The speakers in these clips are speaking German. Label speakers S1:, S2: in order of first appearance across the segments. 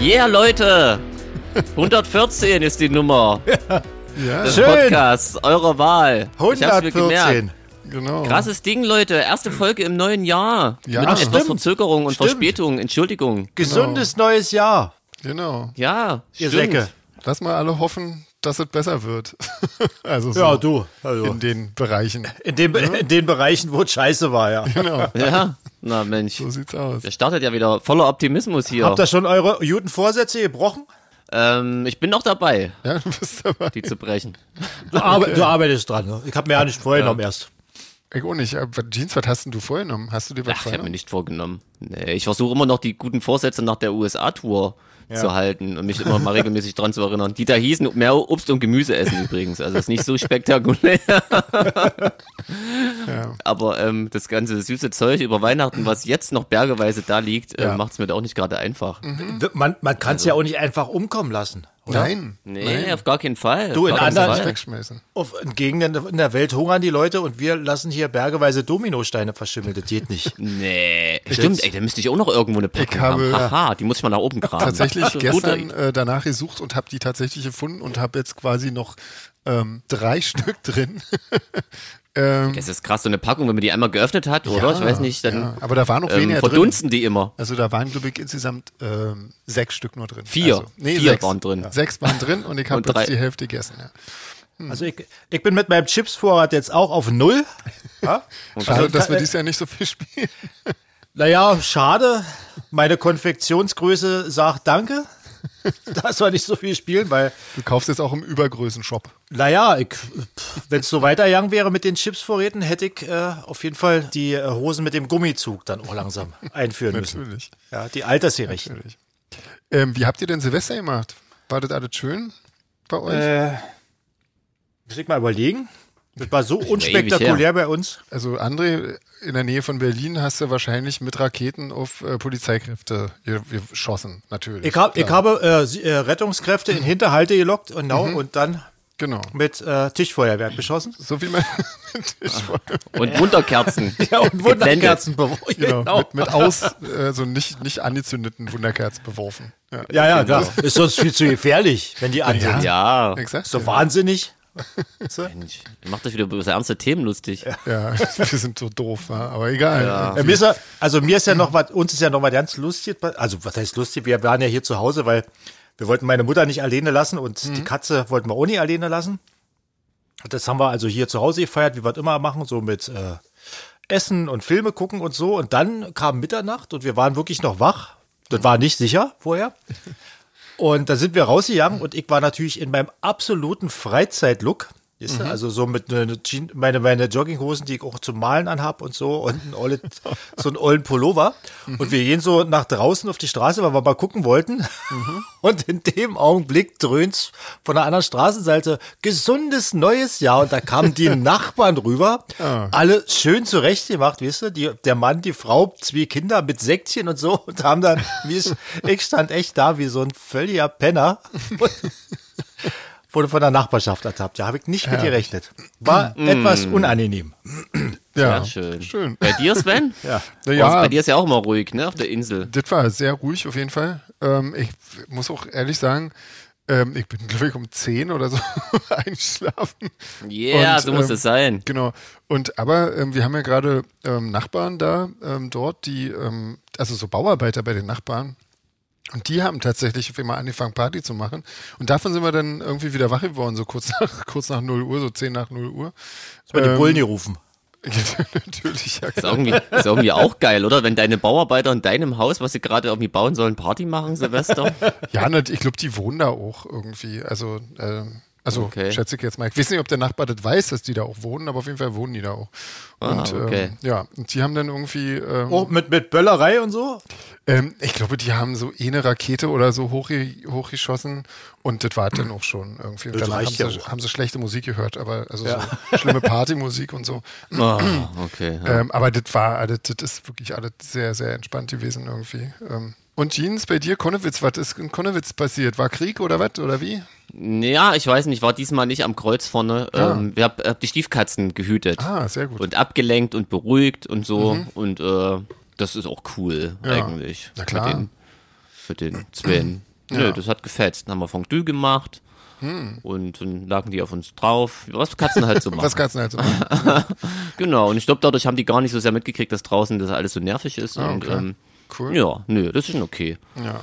S1: Yeah, Leute! 114 ist die Nummer
S2: Ja,
S1: des
S3: Schön.
S1: Podcasts eurer Wahl. Ich hab's mir gemerkt.
S2: 114. Genau.
S1: Krasses Ding, Leute. Erste Folge im neuen Jahr.
S2: Ja.
S1: Mit
S2: Ach,
S1: etwas
S3: stimmt.
S1: Verzögerung und
S3: Stimmt.
S1: Verspätung. Entschuldigung.
S3: Gesundes neues Jahr,
S2: Genau.
S1: Ja,
S3: ihr
S1: stimmt.
S3: Säcke.
S2: Lass mal alle hoffen, dass es besser wird. also so
S3: Ja, du. Also.
S2: in den Bereichen.
S3: In, dem, in den Bereichen, wo es scheiße war, ja.
S2: Genau.
S1: Ja, na Mensch.
S2: So sieht's aus.
S1: Der startet ja wieder voller Optimismus hier.
S3: Habt ihr schon eure guten Vorsätze gebrochen?
S1: Ähm, ich bin noch dabei,
S2: Ja, du bist dabei.
S1: die zu brechen.
S3: Du, arbe du arbeitest dran. Ne? Ich habe mir ja nicht vorgenommen erst.
S2: Ich auch oh nicht. Aber Jeans, was hast denn du vorgenommen? Hast du dir was
S1: Ach, ich habe mir
S2: vorgenommen?
S1: nicht vorgenommen. Nee, ich versuche immer noch die guten Vorsätze nach der USA-Tour zu halten und mich immer mal regelmäßig dran zu erinnern. Die da hießen mehr Obst und Gemüse essen übrigens. Also ist nicht so spektakulär. Aber ähm, das ganze süße Zeug über Weihnachten, was jetzt noch bergeweise da liegt, äh, macht es mir da auch nicht gerade einfach.
S3: Man, man kann es ja auch nicht einfach umkommen lassen. Oder?
S2: Nein.
S1: Nee, auf gar keinen Fall.
S3: Du,
S1: Auf
S3: in
S1: gar keinen
S3: anderen-
S1: Fall.
S2: Wegschmeißen.
S3: Auf, in Gegenden in der Welt hungern die Leute und wir lassen hier bergeweise Dominosteine verschimmeln. Das geht nicht.
S1: Nee, stimmt, ey, da müsste ich auch noch irgendwo eine Packung
S2: habe-
S1: haben. Haha, die muss ich mal nach oben graben.
S2: tatsächlich
S1: Gute
S2: gestern
S1: Ah, Idee.
S2: äh, danach gesucht und habe die tatsächlich gefunden und habe jetzt quasi noch ähm, drei Stück drin. ähm,
S1: Es ist krass, so eine Packung, wenn man die einmal geöffnet hat, oder? Ich weiß nicht, dann
S2: ja. Aber da waren noch
S1: ähm,
S2: weniger drin.
S1: verdunsten die immer.
S2: Also da waren, glaube ich, insgesamt ähm, sechs Stück nur drin.
S1: Vier.
S2: Also, nee,
S1: Vier
S2: sechs.
S1: waren drin.
S2: Sechs waren drin und ich habe
S1: Und drei.
S2: jetzt die Hälfte gegessen. Ja.
S3: Also ich, ich bin mit meinem Chipsvorrat jetzt auch auf Null. Ja?
S2: Schade, dass wir
S3: äh,
S2: dieses Jahr nicht so viel spielen.
S3: Naja, schade. Meine Konfektionsgröße sagt Danke. Dass wir nicht so viel spielen, weil,
S2: Du kaufst jetzt auch im Übergrößenshop.
S3: naja, wenn es so weitergegangen wäre mit den Chipsvorräten, hätte ich äh, auf jeden Fall die äh, Hosen mit dem Gummizug dann auch langsam einführen müssen.
S2: Natürlich.
S3: Ja, die altersgerechten.
S2: Natürlich. Ähm, wie habt ihr denn Silvester gemacht? War das alles schön bei euch?
S3: Äh, muss ich mal überlegen. Das war so
S1: ja ewig
S3: unspektakulär bei uns.
S2: Also André, in der Nähe von Berlin hast du wahrscheinlich mit Raketen auf äh, Polizeikräfte ge- geschossen, natürlich.
S3: Ich, hab, ich
S2: Klar.
S3: habe äh, sie- äh, Rettungskräfte in Hinterhalte gelockt und, genau, und dann
S2: Genau.
S3: mit äh, Tischfeuerwerk beschossen.
S2: So wie man ich wollte-
S1: Und Wunderkerzen.
S3: Ja, und Wunderkerzen beworfen.
S2: genau. mit, mit aus, äh, so nicht, nicht angezündeten Wunderkerzen beworfen. Ja,
S3: Ja, ja, klar. Genau. Ist sonst viel zu gefährlich, wenn die
S1: Ja.
S3: anhängen.
S1: ja.
S2: exakt.
S3: So wahnsinnig.
S1: Mensch, ihr macht euch wieder über so ernste Themen lustig.
S2: ja, wir sind so doof, ja, aber egal.
S3: Äh, mir ist ja, also mir ist ja noch was, uns ist ja noch was ganz lustig, pa- also was heißt lustig, wir waren ja hier zu Hause, weil wir wollten meine Mutter nicht alleine lassen und die Katze wollten wir auch nicht alleine lassen. Und das haben wir also hier zu Hause gefeiert, wie wir es immer machen, so mit äh, Essen und Filme gucken und so. Und dann kam Mitternacht und wir waren wirklich noch wach. Das war nicht sicher vorher. Und da sind wir rausgegangen und ich war natürlich in meinem absoluten Freizeitlook. Ist Also so mit ne- ne Jean- meine, meine Jogginghosen, die ich auch zum Malen anhab und so und ein olle, so einen ollen Pullover. Und wir gehen so nach draußen auf die Straße, weil wir mal gucken wollten. Und in dem Augenblick dröhnt's von der anderen Straßenseite gesundes neues Jahr. Und da kamen die Nachbarn rüber, alle schön zurechtgemacht, weißt du, die, der Mann, die Frau, zwei Kinder mit Säckchen und so und haben dann, wie ich, ich stand echt da wie so ein völliger Penner. Wurde von der Nachbarschaft ertappt. Da habe ich nicht mit gerechnet. War etwas unangenehm.
S2: ja.
S1: Ja, schön.
S2: Schön.
S1: Bei dir, Sven?
S3: Ja.
S1: Also,
S2: Naja,
S1: bei dir ist ja auch immer ruhig, ne? Auf der Insel.
S2: das war sehr ruhig auf jeden Fall. Ähm, ich muss auch ehrlich sagen, ähm, ich bin, glaube ich, um 10 oder so eingeschlafen.
S1: Yeah,
S2: Und,
S1: so muss
S2: ähm,
S1: es sein.
S2: Genau. Und aber ähm, wir haben ja gerade ähm, Nachbarn da ähm, dort, die, ähm, also so Bauarbeiter bei den Nachbarn. Und die haben tatsächlich auf einmal angefangen, Party zu machen. Und davon sind wir dann irgendwie wieder wach geworden, so kurz nach, kurz nach 0 Uhr, so 10 nach 0 Uhr.
S3: Dass wir die Bullen gerufen.
S2: Natürlich, ja.
S1: Ist irgendwie, ist irgendwie auch geil, oder? Wenn deine Bauarbeiter in deinem Haus, was sie gerade irgendwie bauen sollen, Party machen, Silvester.
S2: Ja, na, ich glaube, die wohnen da auch irgendwie. Also, ähm, also
S1: Okay.
S2: schätze ich jetzt mal. Ich weiß nicht, ob der Nachbar das weiß, dass die da auch wohnen, aber auf jeden Fall wohnen die da auch.
S1: Ah,
S2: und
S1: okay.
S2: ähm, ja, und die haben dann irgendwie. Ähm,
S3: Oh, mit, mit Böllerei und so?
S2: Ähm, ich glaube, die haben so eh eine Rakete oder so hochge hochgeschossen und das war dann auch schon irgendwie. Und
S3: Das
S2: danach haben,
S3: reicht ja
S2: sie,
S3: auch.
S2: haben sie schlechte Musik gehört, aber also so schlimme Partymusik und so.
S1: Ah, okay. Ja.
S2: Ähm, aber das war alles, das ist wirklich alles sehr, sehr entspannt gewesen irgendwie. Ähm, und Jeans, bei dir, Konnewitz, was ist in Konnewitz passiert? War Krieg oder was? Oder wie?
S1: Ja, ich weiß nicht, war diesmal nicht am Kreuz vorne.
S2: Ja.
S1: Ähm, wir hab, hab die Stiefkatzen gehütet
S2: Ah, sehr gut.
S1: und abgelenkt und beruhigt und so. Und äh, das ist auch cool
S2: Ja.
S1: eigentlich.
S2: Na klar.
S1: Mit den, mit den Sven. Nö, das hat gefetzt. Dann haben wir Fondue gemacht. Und dann lagen die auf uns drauf. Was Katzen halt so machen.
S2: Hm. Was kannst du halt so machen?
S1: Genau, und ich glaube, dadurch haben die gar nicht so sehr mitgekriegt, dass draußen das alles so nervig ist. und,
S2: Ah, okay.
S1: ähm,
S2: Cool.
S1: Ja, nö, das ist schon okay.
S2: Ja.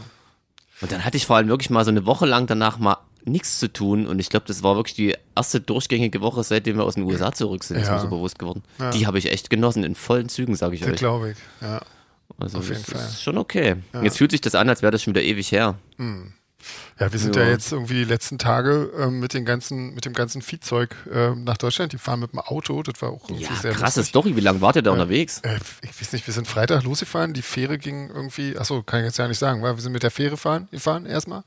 S1: Und dann hatte ich vor allem wirklich mal so eine Woche lang danach mal nichts zu tun. Und ich glaube, das war wirklich die erste durchgängige Woche, seitdem wir aus den USA zurück sind. Ist
S2: Ja.
S1: mir so bewusst geworden. Die habe ich echt genossen, in vollen Zügen, sage ich
S2: Das
S1: euch.
S2: glaube ich. Ja.
S1: Also,
S2: auf jeden
S1: das
S2: Fall.
S1: ist schon okay. Jetzt fühlt sich das an, als wäre das schon wieder ewig her.
S2: ja, wir sind
S1: Ja.
S2: ja, jetzt irgendwie die letzten Tage ähm, mit, den ganzen, mit dem ganzen Viehzeug ähm, nach Deutschland. Die fahren mit dem Auto. Das war auch irgendwie
S1: Ja,
S2: sehr
S1: krasse
S2: lustig.
S1: Story. Wie lange wart ihr da unterwegs?
S2: Äh, ich weiß nicht, wir sind Freitag losgefahren, die Fähre ging irgendwie, achso, kann ich jetzt ja nicht sagen, weil wir sind mit der Fähre fahren, gefahren erstmal.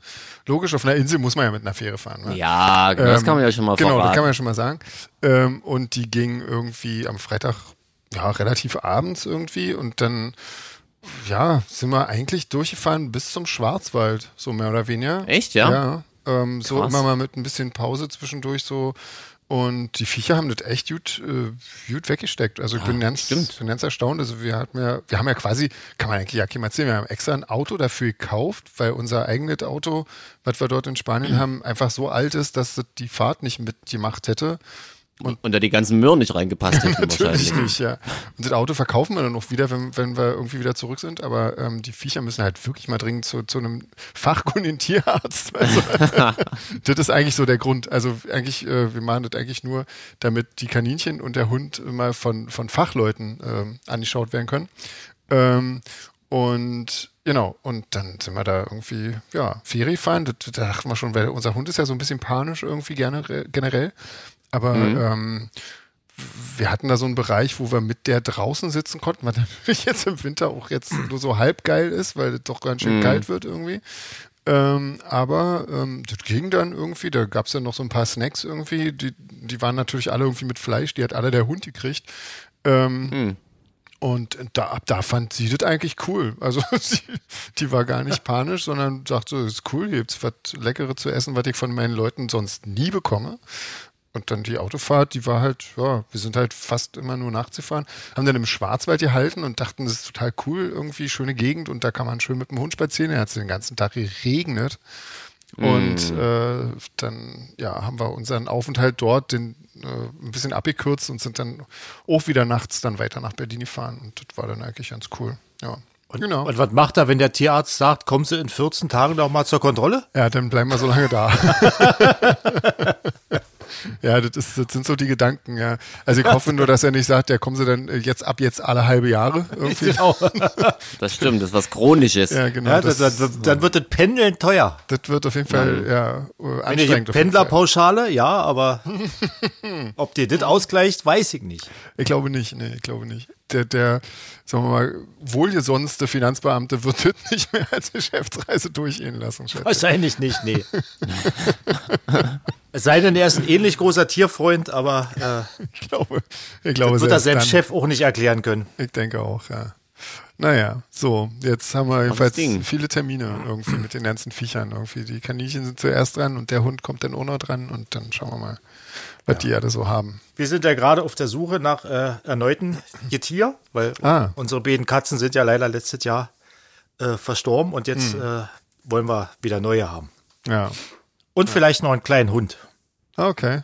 S2: Logisch, auf einer Insel muss man ja mit einer Fähre fahren. wa?
S1: Ja, genau, das
S2: Ähm,
S1: kann man ja schon mal
S2: Genau, das
S1: verraten.
S2: kann man ja schon mal sagen. Ähm, und die ging irgendwie am Freitag, ja, relativ abends irgendwie und dann, ja, sind wir eigentlich durchgefahren bis zum Schwarzwald, so mehr oder weniger.
S1: Echt, ja?
S2: Ja. Ähm, so
S1: Krass.
S2: immer mal mit ein bisschen Pause zwischendurch so. Und die Viecher haben das echt gut, äh, gut weggesteckt. Also ich bin ganz,
S1: Ah, stimmt.
S2: bin ganz erstaunt. Also wir hatten ja, wir haben ja quasi, kann man eigentlich ja keinem erzählen, wir haben extra ein Auto dafür gekauft, weil unser eigenes Auto, was wir dort in Spanien haben, einfach so alt ist, dass das die Fahrt nicht mitgemacht hätte.
S1: Und da die ganzen Möhren nicht reingepasst hätten wahrscheinlich.
S2: Natürlich nicht, ja. Und das Auto verkaufen wir dann auch wieder, wenn, wenn wir irgendwie wieder zurück sind. Aber ähm, die Viecher müssen halt wirklich mal dringend zu, zu einem fachkundigen Tierarzt. Also, das ist eigentlich so der Grund. Also eigentlich, äh, wir machen das eigentlich nur, damit die Kaninchen und der Hund mal von, von Fachleuten ähm, angeschaut werden können. Ähm, und genau, und dann sind wir da irgendwie, ja, Ferien fahren. Da, da dachten wir schon, weil unser Hund ist ja so ein bisschen panisch irgendwie gerne, äh, generell. Aber ähm, wir hatten da so einen Bereich, wo wir mit der draußen sitzen konnten, was natürlich jetzt im Winter auch jetzt nur so halb geil ist, weil es doch ganz schön kalt wird irgendwie. Ähm, aber ähm, das ging dann irgendwie, da gab es dann noch so ein paar Snacks irgendwie, die, die waren natürlich alle irgendwie mit Fleisch, die hat alle der Hund gekriegt. Ähm, Und da, ab da fand sie das eigentlich cool. Also sie, die war gar nicht panisch, sondern sagte, ist cool, hier gibt's was Leckeres zu essen, was ich von meinen Leuten sonst nie bekomme. Und dann die Autofahrt, die war halt, ja, wir sind halt fast immer nur nachts gefahren, haben dann im Schwarzwald gehalten und dachten, das ist total cool, irgendwie schöne Gegend und da kann man schön mit dem Hund spazieren. Er hat den ganzen Tag geregnet.
S3: Mm.
S2: Und äh, dann ja, haben wir unseren Aufenthalt dort den, äh, ein bisschen abgekürzt und sind dann auch wieder nachts dann weiter nach Berlin gefahren. Und das war dann eigentlich ganz cool. Ja. genau.
S3: Und was macht er, wenn der Tierarzt sagt, kommen Sie in 14 Tagen noch mal zur Kontrolle?
S2: Ja, dann bleiben wir so lange da. ja, das, ist, das sind so die Gedanken, ja. Also ich hoffe nur, dass er nicht sagt, ja, kommen Sie dann äh, jetzt ab jetzt alle halbe Jahre irgendwie.
S3: Genau.
S1: Das stimmt, das ist was Chronisches.
S2: Ja, genau.
S3: Ja,
S2: das,
S3: das,
S2: das,
S3: dann, dann wird das Pendeln teuer.
S2: wird auf jeden Fall ja, äh,
S3: Wenn ihr die
S2: anstrengend. auf jeden Fall.
S3: Pendlerpauschale, ja, aber ob dir das ausgleicht, weiß ich nicht.
S2: Ich glaube nicht, nee, ich glaube nicht. Der, der, sagen wir mal, wohlgesonste Finanzbeamte wird das nicht mehr als Geschäftsreise durchgehen lassen, schätze ich.
S3: Wahrscheinlich nicht, nee. es sei denn, er ist ein ähnlich großer Tierfreund, aber äh,
S2: Ich glaube, ich glaube
S3: wird er selbst
S2: dann-
S3: Chef auch nicht erklären können.
S2: Ich denke auch, ja. Naja, so, jetzt haben wir jedenfalls
S1: Ding.
S2: viele Termine irgendwie mit den ganzen Viechern. Irgendwie. Die Kaninchen sind zuerst dran und der Hund kommt dann auch noch dran und dann schauen wir mal, was die alle so haben.
S3: Wir sind ja gerade auf der Suche nach äh, erneuten Getier, weil
S2: Ah.
S3: unsere beiden Katzen sind ja leider letztes Jahr äh, verstorben und jetzt
S2: Hm.
S3: äh, wollen wir wieder neue haben.
S2: Ja.
S3: Und vielleicht noch einen kleinen Hund.
S2: Ah, Okay.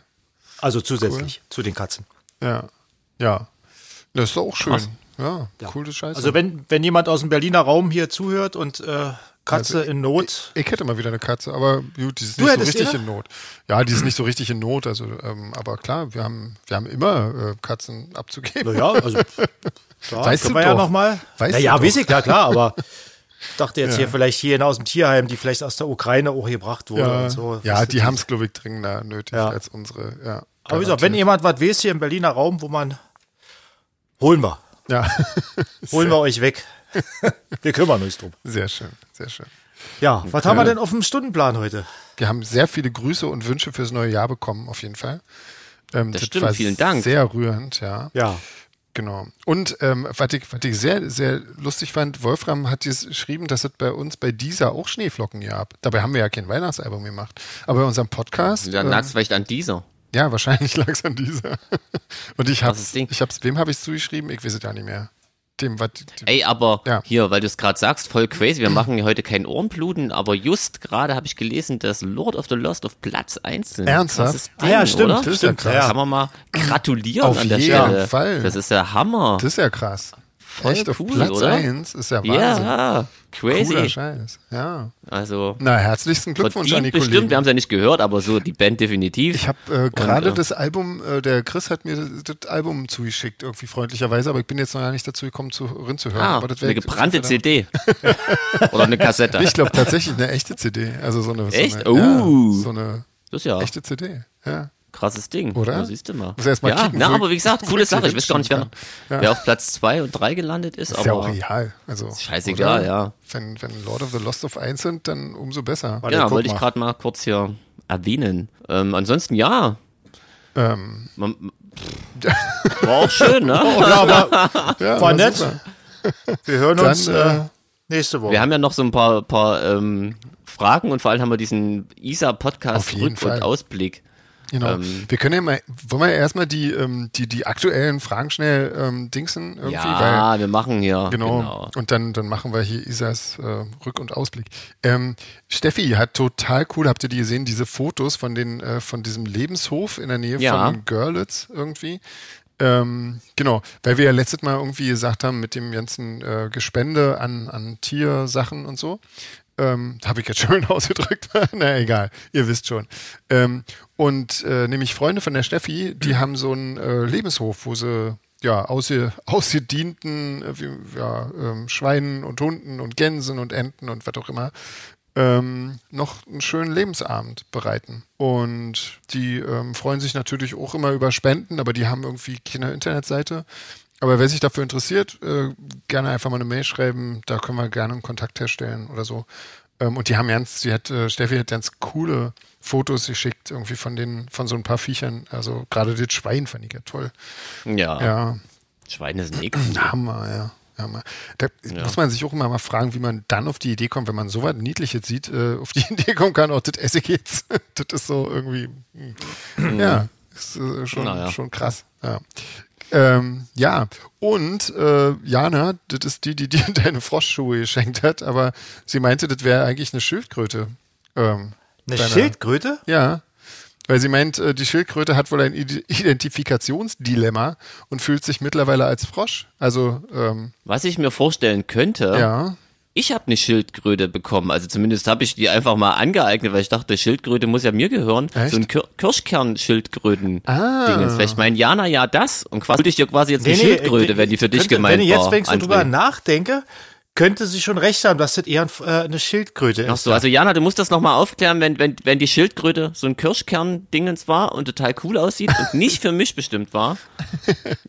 S3: Also zusätzlich zu den Katzen.
S2: Ja. Ja. Das ist doch auch schön.
S1: Krass.
S2: Ja, coole Scheiße.
S3: Also wenn, wenn jemand aus dem Berliner Raum hier zuhört und äh, Katze in Not,
S2: ich hätte mal wieder eine Katze, aber gut, die ist
S3: Du
S2: nicht so
S3: hättest
S2: richtig
S3: ihre?
S2: in Not. Ja, die ist nicht so richtig in Not. Also, ähm, aber klar, wir haben, wir haben immer äh, Katzen abzugeben.
S3: naja, also da
S2: Weißt
S3: können
S2: du
S3: wir ja
S2: doch.
S3: nochmal.
S2: Weißt
S3: Naja,
S2: du
S3: weiß ich, ja klar, aber dachte jetzt hier vielleicht hier aus dem Tierheim, die vielleicht aus der Ukraine auch gebracht wurde
S2: Ja,
S3: und so.
S2: ja
S3: Weißt du,
S2: die haben es, glaube ich, dringender nötig
S3: Ja.
S2: als unsere. Ja,
S3: Aber wie gesagt, wenn
S2: garantiert.
S3: jemand was weiß hier im Berliner Raum, wo man holen wir.
S2: Ja.
S3: Holen wir euch weg. wir kümmern uns drum.
S2: Sehr schön, sehr schön.
S3: Ja, was haben wir denn auf dem Stundenplan heute?
S2: Wir haben sehr viele Grüße und Wünsche fürs neue Jahr bekommen, auf jeden Fall. Ähm,
S1: Das stimmt, vielen Dank.
S2: Sehr rührend, ja.
S3: Ja.
S2: Genau. Und ähm, was, ich, was ich sehr, sehr lustig fand, Wolfram hat dies geschrieben, dass es bei uns bei dieser auch Schneeflocken gab. Dabei haben wir ja kein Weihnachtsalbum gemacht. Aber bei unserem Podcast.
S1: Dann
S2: ähm,
S1: lag es vielleicht an dieser.
S2: ja, wahrscheinlich lag es an dieser. und
S1: ist
S2: ich
S1: das
S2: hab's,
S1: Ding.
S2: ich hab's, wem habe ich zugeschrieben? Ich weiß es ja nicht mehr. dem, was.
S1: Ey, aber
S2: Ja.
S1: hier, weil du es gerade sagst, voll crazy. Wir machen ja heute kein Ohrenbluten, aber just gerade habe ich gelesen, dass Lord of the Lost auf Platz 1 sind.
S2: Ernsthaft?
S1: Das ist
S3: Ah ja,
S1: Ding,
S3: stimmt,
S1: Oder?
S2: Das ist ja
S3: stimmt.
S2: krass.
S1: Kann man mal gratulieren
S2: Auf
S1: an der
S2: jeden
S1: Stelle.
S2: Fall.
S1: Das ist der Hammer.
S2: Das ist ja krass.
S1: Voll
S2: Echt auf
S1: cool,
S2: Platz
S1: oder?
S2: 1 ist ja Wahnsinn.
S1: ja,
S2: Cooler
S1: crazy.
S2: Scheiß. Ja.
S1: Also
S2: Na, herzlichsten Glückwunsch an die
S1: verdient
S2: Kollegen.
S1: bestimmt, wir haben es ja nicht gehört, aber so die Band definitiv.
S2: Ich habe äh, gerade
S1: äh,
S2: das Album, äh, der Chris hat mir das, das Album zugeschickt, irgendwie freundlicherweise, aber ich bin jetzt noch gar nicht dazu gekommen, zu, reinzuhören.
S1: ah,
S2: aber das wär-
S1: eine gebrannte
S2: das wär-
S1: CD. oder eine Kassette.
S2: Ich glaube tatsächlich eine echte CD. Also so eine,
S1: Echt?
S2: So eine,
S1: Oh.
S2: ja, so eine
S1: das ist ja
S2: echte CD. Ja.
S1: krasses Ding.
S2: Oder?
S1: Da siehst du mal.
S2: Muss erst mal
S1: ja,
S2: kicken,
S1: na,
S2: wo
S1: aber
S2: ich-
S1: wie gesagt,
S2: wo
S1: coole
S2: ich hier
S1: Sache. Ich weiß gar nicht, wer,
S2: hinstellen kann.
S1: wer
S2: Ja.
S1: auf Platz 2 und 3 gelandet ist,
S2: Ist ja auch
S1: aber
S2: real. Also,
S1: scheißegal,
S2: oder?
S1: ja.
S2: Wenn, wenn Lord of the Lost of 1 sind, dann umso besser.
S3: Warte,
S1: ja,
S3: guck
S1: wollte ich
S3: mal.
S1: gerade mal kurz hier erwähnen. Ähm, ansonsten ja.
S2: Ähm,
S1: Man, pff, war auch schön, ne?
S3: Ja, aber
S2: ja,
S3: war
S2: na,
S3: nett.
S2: super.
S3: wir hören
S2: Dann,
S3: uns äh,
S2: äh,
S3: nächste Woche.
S1: Wir haben ja noch so ein paar, paar ähm, Fragen und vor allem haben wir diesen
S2: Auf
S1: ISA-Podcast
S2: jeden
S1: Rück-
S2: Fall.
S1: und Ausblick.
S2: Genau.
S1: Ähm,
S2: wir können ja mal, wollen wir erstmal die, ähm, die, die aktuellen Fragen schnell ähm, dingsen irgendwie, weil
S1: Ja, wir machen hier.
S2: Genau.
S1: Genau.
S2: Und dann, dann machen wir hier Isas äh, Rück- und Ausblick. Ähm, Steffi hat total cool, habt ihr die gesehen, diese Fotos von, den, äh, von diesem Lebenshof in der Nähe
S1: Ja.
S2: von Görlitz irgendwie? Ähm, genau, weil wir ja letztes Mal irgendwie gesagt haben, mit dem ganzen äh, Gespende an, an Tiersachen und so. Ähm, Habe ich jetzt schön ausgedrückt. Na egal, ihr wisst schon. Ähm, und äh, nämlich Freunde von der Steffi, die haben so einen äh, Lebenshof, wo sie ja ausge, ausgedienten äh, wie, ja, ähm, Schweinen und Hunden und Gänsen und Enten und was auch immer ähm, noch einen schönen Lebensabend bereiten. Und die ähm, freuen sich natürlich auch immer über Spenden, aber die haben irgendwie keine Internetseite. Aber wer sich dafür interessiert, äh, gerne einfach mal eine Mail schreiben, da können wir gerne einen Kontakt herstellen oder so. Ähm, und die haben ganz, die hat, äh, Steffi hat ganz coole Fotos geschickt, irgendwie von den, von so ein paar Viechern. Also gerade das Schwein fand ich ja toll.
S1: Genau. Ja.
S2: Ja,
S1: Schweine sind eh cool.
S2: Hammer, ja. Hammer. Da muss man sich auch immer mal fragen, wie man dann auf die Idee kommt, wenn man so was Niedliches sieht, äh, auf die Idee kommen kann, auch das esse ich jetzt. das ist so irgendwie, hm. ja, ist äh, schon,
S1: Naja.
S2: schon krass. Ja. Ähm, ja, und äh, Jana, das ist die, die dir deine Froschschuhe geschenkt hat, aber sie meinte, das wäre eigentlich eine Schildkröte. Ähm,
S3: Eine
S2: deiner-
S3: Schildkröte?
S2: ja, weil sie meint, äh, die Schildkröte hat wohl ein Ide- Identifikationsdilemma und fühlt sich mittlerweile als Frosch. Also, ähm,
S1: Was ich mir vorstellen könnte,
S2: ja.
S1: ich habe eine Schildkröte bekommen. Also zumindest habe ich die einfach mal angeeignet, weil ich dachte, Schildkröte muss ja mir gehören.
S2: Echt?
S1: So ein Kir Kirschkern-Schildkröten.
S2: Ah.
S1: Vielleicht meint Jana ja das und quasi wollte ich dir quasi jetzt eine Schildkröte,
S3: ich-
S1: wenn die für dich
S3: äh, könnte,
S1: gemeint
S3: Wenn ich jetzt
S1: war.
S3: wenigstens
S1: André.
S3: drüber nachdenke, könnte sie schon recht haben, dass das eher ein, äh, eine Schildkröte
S1: Ach
S3: ist.
S1: so, also Jana, du musst das nochmal aufklären, wenn, wenn, wenn die Schildkröte so ein Kirschkern-Dingens war und total cool aussieht und nicht für mich bestimmt war,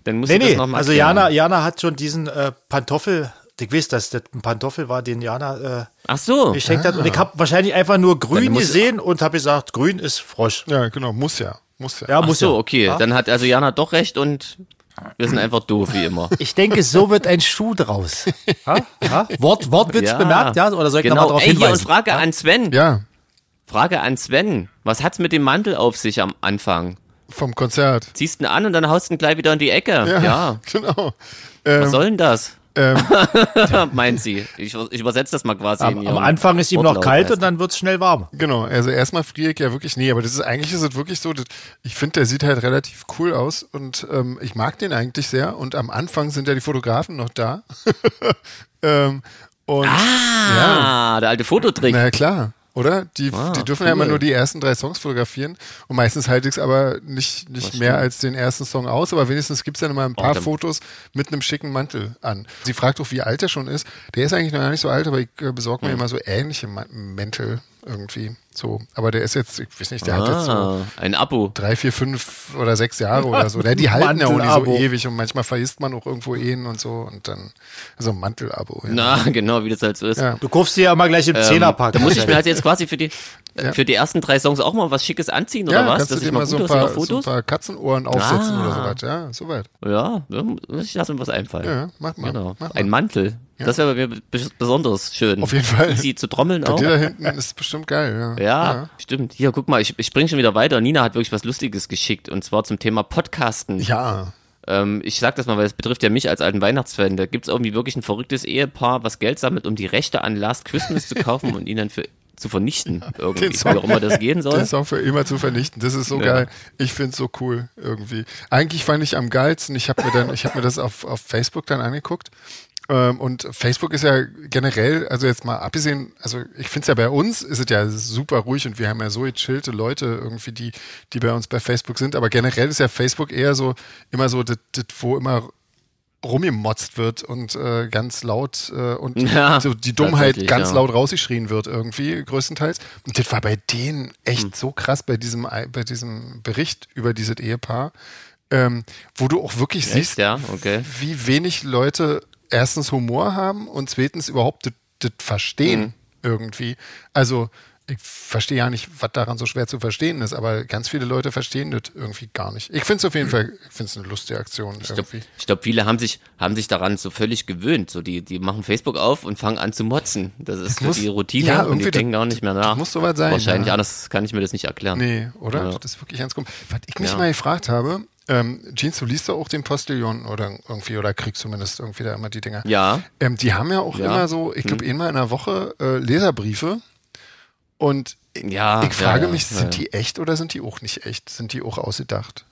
S1: dann musst
S3: Nee,
S1: du das
S3: nee,
S1: nochmal
S3: also Jana, Jana hat schon diesen äh, Pantoffel, ich weiß, dass das ein Pantoffel war, den Jana
S1: Ach so,
S3: äh, geschenkt hat. Und ich habe wahrscheinlich einfach nur grün
S1: Dann muss-
S3: gesehen und habe gesagt, grün ist Frosch.
S2: Ja, genau, muss ja. Muss ja.
S3: Ja,
S1: Ach
S3: muss
S1: so,
S3: ja.
S1: okay. Dann hat also Jana doch recht und wir sind einfach doof, wie immer.
S3: Ich denke, so wird ein Schuh draus. Ha? Ha? Wort, Wortwitz bemerkt, ja? Oder soll ich
S1: genau.
S3: nochmal darauf
S1: Ey, hier und
S3: hinweisen?
S1: Frage an Sven.
S2: Ja,
S1: Frage an Sven. Was hat's mit dem Mantel auf sich am Anfang?
S2: vom Konzert.
S1: Ziehst ihn an und dann haust ihn gleich wieder in die Ecke. Ja.
S2: Genau.
S1: Was soll denn das?
S2: Ähm.
S1: Meint sie. Ich, ich übersetze das mal quasi. in
S3: am, am
S1: ihrem
S3: Anfang ist ihm noch
S1: Wortlaut
S3: kalt
S1: erst.
S3: und dann wird es schnell warm.
S2: Genau, also erstmal friere ich ja wirklich nie, aber das ist eigentlich ist es wirklich so, dass, ich finde, der sieht halt relativ cool aus und ähm, ich mag den eigentlich sehr und am Anfang sind ja die Fotografen noch da. ähm, und ja,
S1: Ah, der alte Fototrick.
S2: Na ja, klar, oder? Die, die dürfen ja
S1: Ah, cool.
S2: immer nur die ersten drei Songs fotografieren und meistens halte ich es aber nicht, nicht mehr als den ersten Song aus, aber wenigstens gibt es dann immer ein paar
S1: Oh, dann-
S2: Fotos mit einem schicken Mantel an. Sie fragt auch, wie alt er schon ist. Der ist eigentlich noch gar nicht so alt, aber ich äh, besorge
S1: Hm.
S2: mir immer so ähnliche Ma- Mäntel irgendwie. So, aber der ist jetzt, ich weiß nicht, der hat jetzt so
S1: Ah, ein Abo.
S2: drei, vier, fünf oder sechs Jahre oder so. Der, die halten ja auch nicht so
S3: Mantelabo.
S2: ewig und manchmal vergisst man auch irgendwo ihn und so und dann so ein Mantelabo. Ja.
S1: Na, genau, wie das halt so ist.
S2: Ja.
S3: Du kaufst dir ja immer gleich im Zehnerpack.
S1: Ähm, Da muss ich mir halt jetzt quasi für die, äh,
S2: Ja.
S1: für die ersten drei Songs auch mal was Schickes anziehen
S2: Ja,
S1: oder was?
S2: kannst du
S1: Dass
S2: dir
S1: ich
S2: mal
S1: mal
S2: so
S1: gut
S2: ein,
S1: aussehe
S2: paar,
S1: auf
S2: so ein
S1: Fotos?
S2: paar Katzenohren aufsetzen
S1: Ah.
S2: oder sowas. Ja, soweit.
S1: Ja, da muss ich lassen was einfallen.
S2: Ja, mach mal.
S1: Genau.
S2: Mach mal.
S1: Ein Mantel. Das wäre bei mir bes- besonders schön.
S2: Auf jeden Fall.
S1: Easy zu trommeln
S2: Bei
S1: auch.
S2: dir
S1: Ja,
S2: da hinten ist bestimmt geil. Ja.
S1: stimmt. Hier, guck mal, ich, ich springe schon wieder weiter. Nina hat wirklich was Lustiges geschickt und zwar zum Thema Podcasten.
S2: Ja.
S1: Ähm, ich sag das mal, weil es betrifft ja mich als alten Weihnachtsfan. Da gibt's irgendwie wirklich ein verrücktes Ehepaar, was Geld sammelt, um die Rechte an Last Christmas zu kaufen und ihn dann für zu vernichten irgendwie,
S2: Den Song-
S1: wie auch immer das gehen soll.
S2: Den Song für immer zu vernichten. Das ist so
S1: Ja.
S2: geil. Ich finde es so cool irgendwie. Eigentlich fand ich am geilsten, ich habe mir, dann- ich hab mir das auf, auf Facebook dann angeguckt. Ähm, und Facebook ist ja generell, also jetzt mal abgesehen, also ich finde es ja bei uns, ist es ja super ruhig und wir haben ja so gechillte Leute irgendwie, die, die bei uns bei Facebook sind. Aber generell ist ja Facebook eher so, immer so, das, das, wo immer rumgemotzt wird und äh, ganz laut äh, und
S1: Ja,
S2: so die Dummheit
S1: tatsächlich,
S2: ganz
S1: ja.
S2: laut laut rausgeschrien wird irgendwie größtenteils. Und das war bei denen echt
S1: Hm.
S2: so krass bei diesem bei diesem Bericht über dieses Ehepaar, ähm, wo du auch wirklich siehst,
S1: Echt, ja, okay.
S2: wie wenig Leute erstens Humor haben und zweitens überhaupt das- das verstehen
S1: Hm.
S2: irgendwie. Also ich verstehe ja nicht, was daran so schwer zu verstehen ist, aber ganz viele Leute verstehen das irgendwie gar nicht. Ich finde es auf jeden Fall, ich finde es eine lustige Aktion
S1: glaub-
S2: irgendwie.
S1: Hm. Also Ich glaube, viele haben sich, haben sich daran so völlig gewöhnt. So, die, die machen Facebook auf und fangen an zu motzen. Das ist so
S2: muss-
S1: die Routine
S2: ja,
S1: und
S2: irgendwie,
S1: die denken
S2: das-
S1: gar nicht mehr
S2: das
S1: nach.
S2: muss soweit sein,
S1: Wahrscheinlich,
S2: ja.
S1: anders kann ich mir das nicht erklären.
S2: Nee, oder?
S1: Ja.
S2: Das ist wirklich ganz komisch. Was ich mich
S1: Ja.
S2: mal gefragt habe, ähm, Jeans, du liest doch auch den Postillon oder irgendwie, oder kriegst zumindest irgendwie da immer die Dinger.
S1: Ja,
S2: Ähm, die haben ja auch
S1: Ja. Hm.
S2: immer so, ich glaube, einmal in der Woche äh, Leserbriefe. Und ich,
S1: Ja,
S2: ich frage
S1: ja, ja,
S2: mich,
S1: ja,
S2: sind
S1: ja.
S2: die echt oder sind die auch nicht echt? Sind die auch ausgedacht?